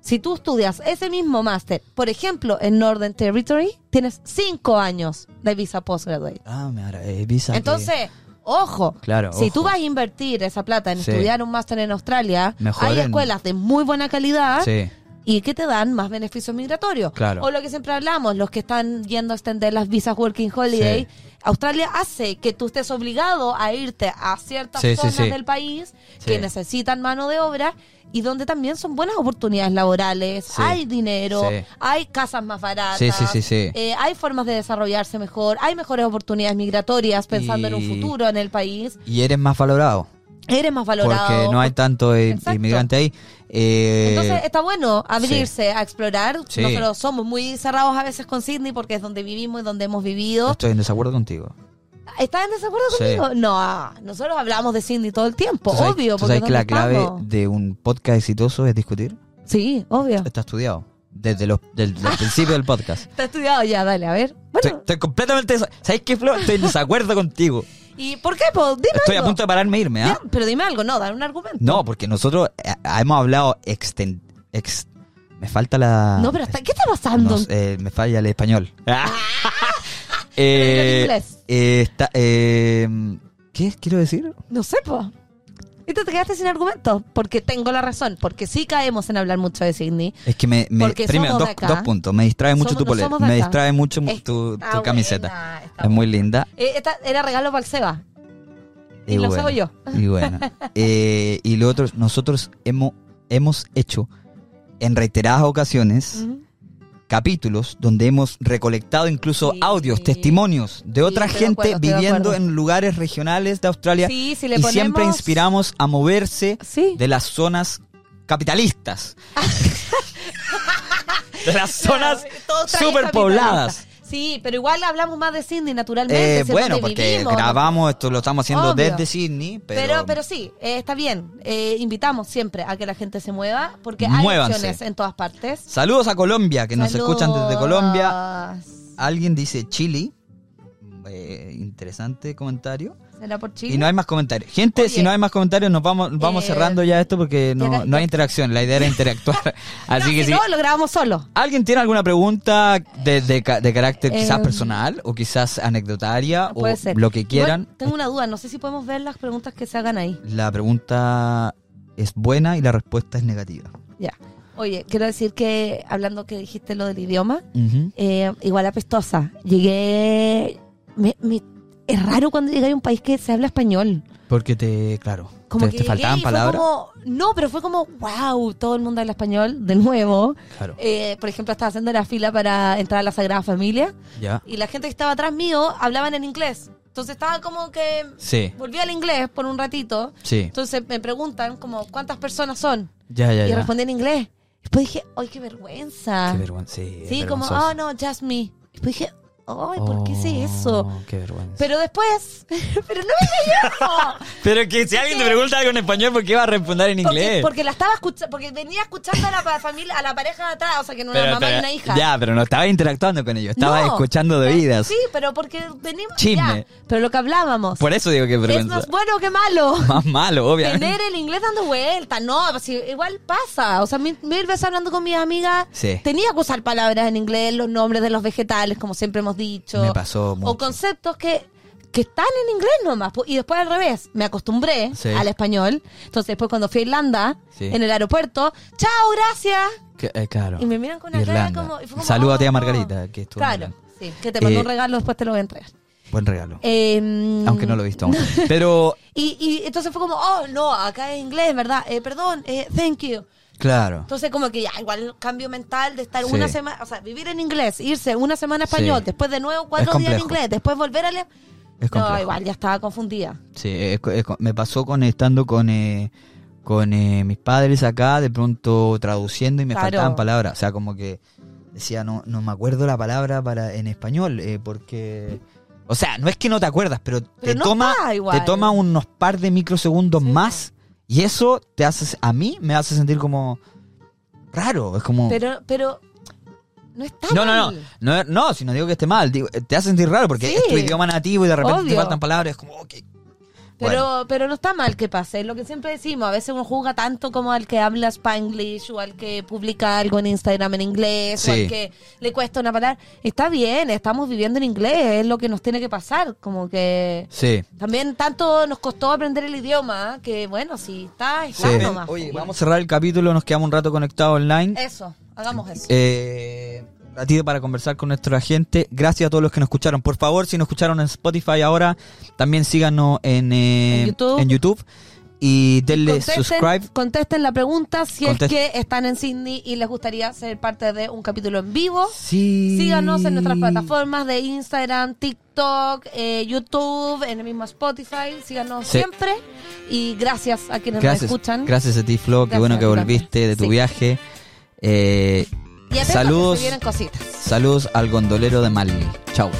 S2: Si tú estudias ese mismo máster, por ejemplo, en Northern Territory, tienes cinco años de visa postgraduate.
S1: Ah, me agra- eh, visa que-
S2: Entonces, ojo,
S1: Claro,
S2: si tú
S1: ojo.
S2: vas a invertir esa plata en
S1: Sí.
S2: estudiar un máster en Australia,
S1: Mejor
S2: hay
S1: en-
S2: escuelas de muy buena calidad
S1: Sí,
S2: y que te dan más beneficios migratorios.
S1: Claro.
S2: O lo que siempre hablamos, los que están yendo a extender las visas Working Holiday.
S1: Sí.
S2: Australia hace que tú estés obligado a irte a ciertas
S1: Sí, sí,
S2: zonas
S1: sí.
S2: del país
S1: Sí.
S2: que necesitan mano de obra y donde también son buenas oportunidades laborales.
S1: Sí.
S2: Hay dinero,
S1: Sí.
S2: hay casas más baratas,
S1: Sí, sí, sí, sí.
S2: eh, hay formas de desarrollarse mejor, hay mejores oportunidades migratorias pensando en un
S1: Y-
S2: futuro en el país.
S1: Y eres más valorado.
S2: Eres más valorado.
S1: Porque no hay tanto eh,
S2: Exacto.
S1: inmigrante ahí. Eh,
S2: Entonces está bueno abrirse a explorar.
S1: Sí.
S2: Nosotros somos muy cerrados a veces con Sydney porque es donde vivimos y donde hemos vivido.
S1: estoy en desacuerdo contigo.
S2: ¿Estás en desacuerdo
S1: Sí.
S2: conmigo? No, ah, nosotros hablamos de Sydney todo el tiempo,
S1: ¿Tú sabes-
S2: Pues obvio.
S1: tú
S2: porque
S1: sabes que la
S2: ¿dónde
S1: clave
S2: estamos? Ah.
S1: de un podcast exitoso es discutir?
S2: Sí, obvio.
S1: Está estudiado. Desde los, del, del principio del podcast.
S2: Está estudiado ya, dale, a ver.
S1: Estoy,
S2: Ah. Bueno,
S1: estoy completamente... desa- ¿Sabes qué, Flor? Estoy en desacuerdo contigo.
S2: ¿y por qué? po? dime
S1: Estoy a
S2: algo.
S1: punto de pararme e irme, ¿ah?
S2: Ya, pero dime algo, no, dar un argumento.
S1: No, porque nosotros eh, hemos hablado exten- ex- me falta la
S2: No, pero hasta- ¿qué está pasando?
S1: no sé, eh, me falla el español.
S2: en
S1: eh,
S2: inglés.
S1: eh, está- eh, ¿Qué quiero decir?
S2: No sé, po. Y tú te quedaste sin argumento, porque tengo la razón, porque sí caemos en hablar mucho de Sydney.
S1: Es que me, me-
S2: Porque
S1: primero
S2: somos
S1: dos,
S2: de acá.
S1: dos puntos. Me distrae mucho
S2: Somos-
S1: tu
S2: no
S1: polera,
S2: somos de
S1: me
S2: acá.
S1: distrae mucho mu-
S2: Es-
S1: tu, tu
S2: Está
S1: camiseta.
S2: Ah, buena, está
S1: Es muy linda.
S2: Eh, Esta era regalo para el Seba. Y
S1: eh,
S2: lo
S1: bueno,
S2: hago yo.
S1: Y bueno. Eh, y lo otro, nosotros hemos hemos hecho en reiteradas ocasiones.
S2: Ujú.
S1: capítulos donde hemos recolectado incluso
S2: Sí.
S1: audios, testimonios de
S2: Sí,
S1: otra
S2: estoy de
S1: gente
S2: acuerdo, estoy de
S1: viviendo
S2: acuerdo.
S1: en lugares regionales de Australia
S2: Sí, si
S1: y
S2: le ponemos...
S1: siempre inspiramos a moverse
S2: Sí.
S1: de las zonas capitalistas. de las zonas
S2: Claro, todo trae
S1: superpobladas.
S2: capitalista. Sí, pero igual hablamos más de Sydney naturalmente.
S1: Eh,
S2: si es
S1: bueno,
S2: donde
S1: porque
S2: vivimos,
S1: grabamos esto, lo estamos haciendo
S2: Obvio.
S1: desde Sydney, pero,
S2: Pero, pero sí, eh, está bien. Eh, invitamos siempre a que la gente se mueva, porque hay
S1: Muévanse.
S2: opciones en todas partes.
S1: saludos a Colombia, que nos escuchan desde Colombia.
S2: Saludos.
S1: Alguien dice Chile. Eh, interesante comentario.
S2: ¿Será por Chile?
S1: Y no hay más comentarios. Gente,
S2: Oye.
S1: si no hay más comentarios, nos vamos, vamos
S2: Eh,
S1: cerrando ya esto porque no,
S2: ya-
S1: no hay interacción. La idea era interactuar.
S2: No,
S1: Así que
S2: si
S1: si
S2: no, lo grabamos solo.
S1: alguien tiene alguna pregunta de, de ca- de carácter quizás
S2: Eh,
S1: personal o quizás anecdotaria o
S2: Puede ser.
S1: lo que quieran,
S2: Igual tengo una duda, no sé si podemos ver las preguntas que se hagan ahí.
S1: la pregunta es buena y la respuesta es negativa.
S2: Ya. Oye, quiero decir que, hablando que dijiste lo del idioma,
S1: Ujú.
S2: eh, igual apestosa. Llegué. me- me- es raro cuando llegué a un país que se habla español.
S1: Porque te, claro,
S2: Como
S1: te,
S2: que
S1: te faltaban
S2: llegué y fue
S1: palabras.
S2: como- no, pero fue como, wow, todo el mundo habla español de nuevo.
S1: Claro,
S2: Eh, por ejemplo, estaba haciendo la fila para entrar a la Sagrada Familia
S1: ya.
S2: y la gente que estaba atrás mío hablaban en inglés. Entonces estaba como que
S1: Sí,
S2: volví al inglés por un ratito.
S1: sí,
S2: Entonces me preguntan como, ¿cuántas personas son?
S1: ya, ya,
S2: Y
S1: ya.
S2: respondí en inglés. Después dije, ¡ay, qué vergüenza!
S1: Qué vergüenza. Sí,
S2: sí, como,
S1: vergonzoso.
S2: oh, no, just me. Después dije, ¡ay, ¿por qué hice eso?
S1: Oh, Qué vergüenza.
S2: Pero después, pero no me eso.
S1: Pero que si alguien te pregunta algo en español, ¿por qué va a responder en
S2: Porque,
S1: inglés?
S2: porque la estaba escuchando, porque venía escuchando a la pa- familia, a la pareja de atrás, o sea que era una
S1: Pero,
S2: mamá y
S1: pero-
S2: una hija.
S1: Ya, pero no estaba interactuando con ellos, estaba
S2: No.
S1: escuchando de
S2: Eh,
S1: oídas.
S2: Sí, pero porque venimos.
S1: Chisme.
S2: ya, pero lo que hablábamos.
S1: Por eso digo que
S2: es
S1: vergüenza.
S2: más bueno que malo.
S1: Más malo, obviamente.
S2: Tener el inglés dando vuelta, no, pues, sí, igual pasa. O sea, mil, mil veces hablando con mis amigas,
S1: Sí.
S2: tenía que usar palabras en inglés, los nombres de los vegetales, como siempre hemos dicho.
S1: Me pasó mucho.
S2: O conceptos que, que están en inglés nomás. po, Y después al revés, me acostumbré
S1: Sí.
S2: al español. Entonces después cuando fui a Irlanda,
S1: Sí.
S2: en el aeropuerto, chao, gracias.
S1: Que- eh, claro.
S2: Y me miran con una
S1: Irlanda.
S2: cara como... y fue como,
S1: Salúdate
S2: "Oh".
S1: a Margarita, que estuvo en
S2: Claro,
S1: Irlanda.
S2: sí, que te mandó
S1: Eh,
S2: un regalo, después te lo voy a entregar.
S1: Buen regalo.
S2: Eh,
S1: Aunque no lo he visto aún. Pero,
S2: Y, y entonces fue como, oh, no, acá es inglés, ¿verdad? Eh, perdón, eh, thank you.
S1: claro.
S2: Entonces como que ya, igual cambio mental de estar
S1: Sí.
S2: una semana, o sea, vivir en inglés, irse una semana a español,
S1: Sí.
S2: después de nuevo cuatro días en
S1: complejo.
S2: inglés, después volver a... leer.
S1: Es
S2: No,
S1: complejo.
S2: igual, ya estaba confundida.
S1: Sí, es co- es co- me pasó conectando con, eh, con eh, mis padres acá, de pronto traduciendo y me
S2: Claro.
S1: faltaban palabras. O sea, como que decía, no, no me acuerdo la palabra para en español, eh, porque... O sea, no es que no te acuerdas, pero, te,
S2: no
S1: toma,
S2: está igual.
S1: te toma unos par de microsegundos
S2: Sí.
S1: más y eso te hace, a mí me hace sentir como raro, es como...
S2: Pero, pero, no está
S1: No, no, no,
S2: mal.
S1: no, no, si no digo que esté mal, digo, te hace sentir raro porque
S2: Sí.
S1: es tu idioma nativo y de repente te
S2: Obvio.
S1: faltan palabras, es como, ok.
S2: Pero, pero no está mal que pase, es lo que siempre decimos, a veces uno juzga tanto como al que habla Spanglish o al que publica algo en Instagram en inglés o
S1: Sí.
S2: al que le cuesta una palabra. Está bien, estamos viviendo en inglés, es lo que nos tiene que pasar, como que...
S1: Sí.
S2: También tanto nos costó aprender el idioma, ¿eh? que bueno, si está
S1: Sí.
S2: aislado nomás. pues. Eh.
S1: Oye, vamos a cerrar el capítulo, nos quedamos un rato conectados online.
S2: Eso, hagamos eso.
S1: Eh, ratito para conversar con nuestra gente. Gracias a todos los que nos escucharon. Por favor, si nos escucharon en Spotify ahora, también síganos en, eh,
S2: En YouTube.
S1: YouTube. y denle
S2: Contesten-
S1: subscribe.
S2: Contesten la pregunta si
S1: Contest-
S2: es que están en Sydney y les gustaría ser parte de un capítulo en vivo.
S1: Sí.
S2: Síganos en nuestras plataformas de Instagram, TikTok, eh, YouTube, en el mismo Spotify. Síganos
S1: Sí.
S2: siempre. Y gracias a quienes
S1: Gracias,
S2: nos escuchan.
S1: gracias a ti, Flo. Qué
S2: Gracias
S1: bueno
S2: a
S1: que
S2: ti también.
S1: volviste de tu
S2: Sí.
S1: viaje. Eh,
S2: Y atentos que
S1: saludos,
S2: se vienen cositas.
S1: saludos al gondolero de Malí. Chao.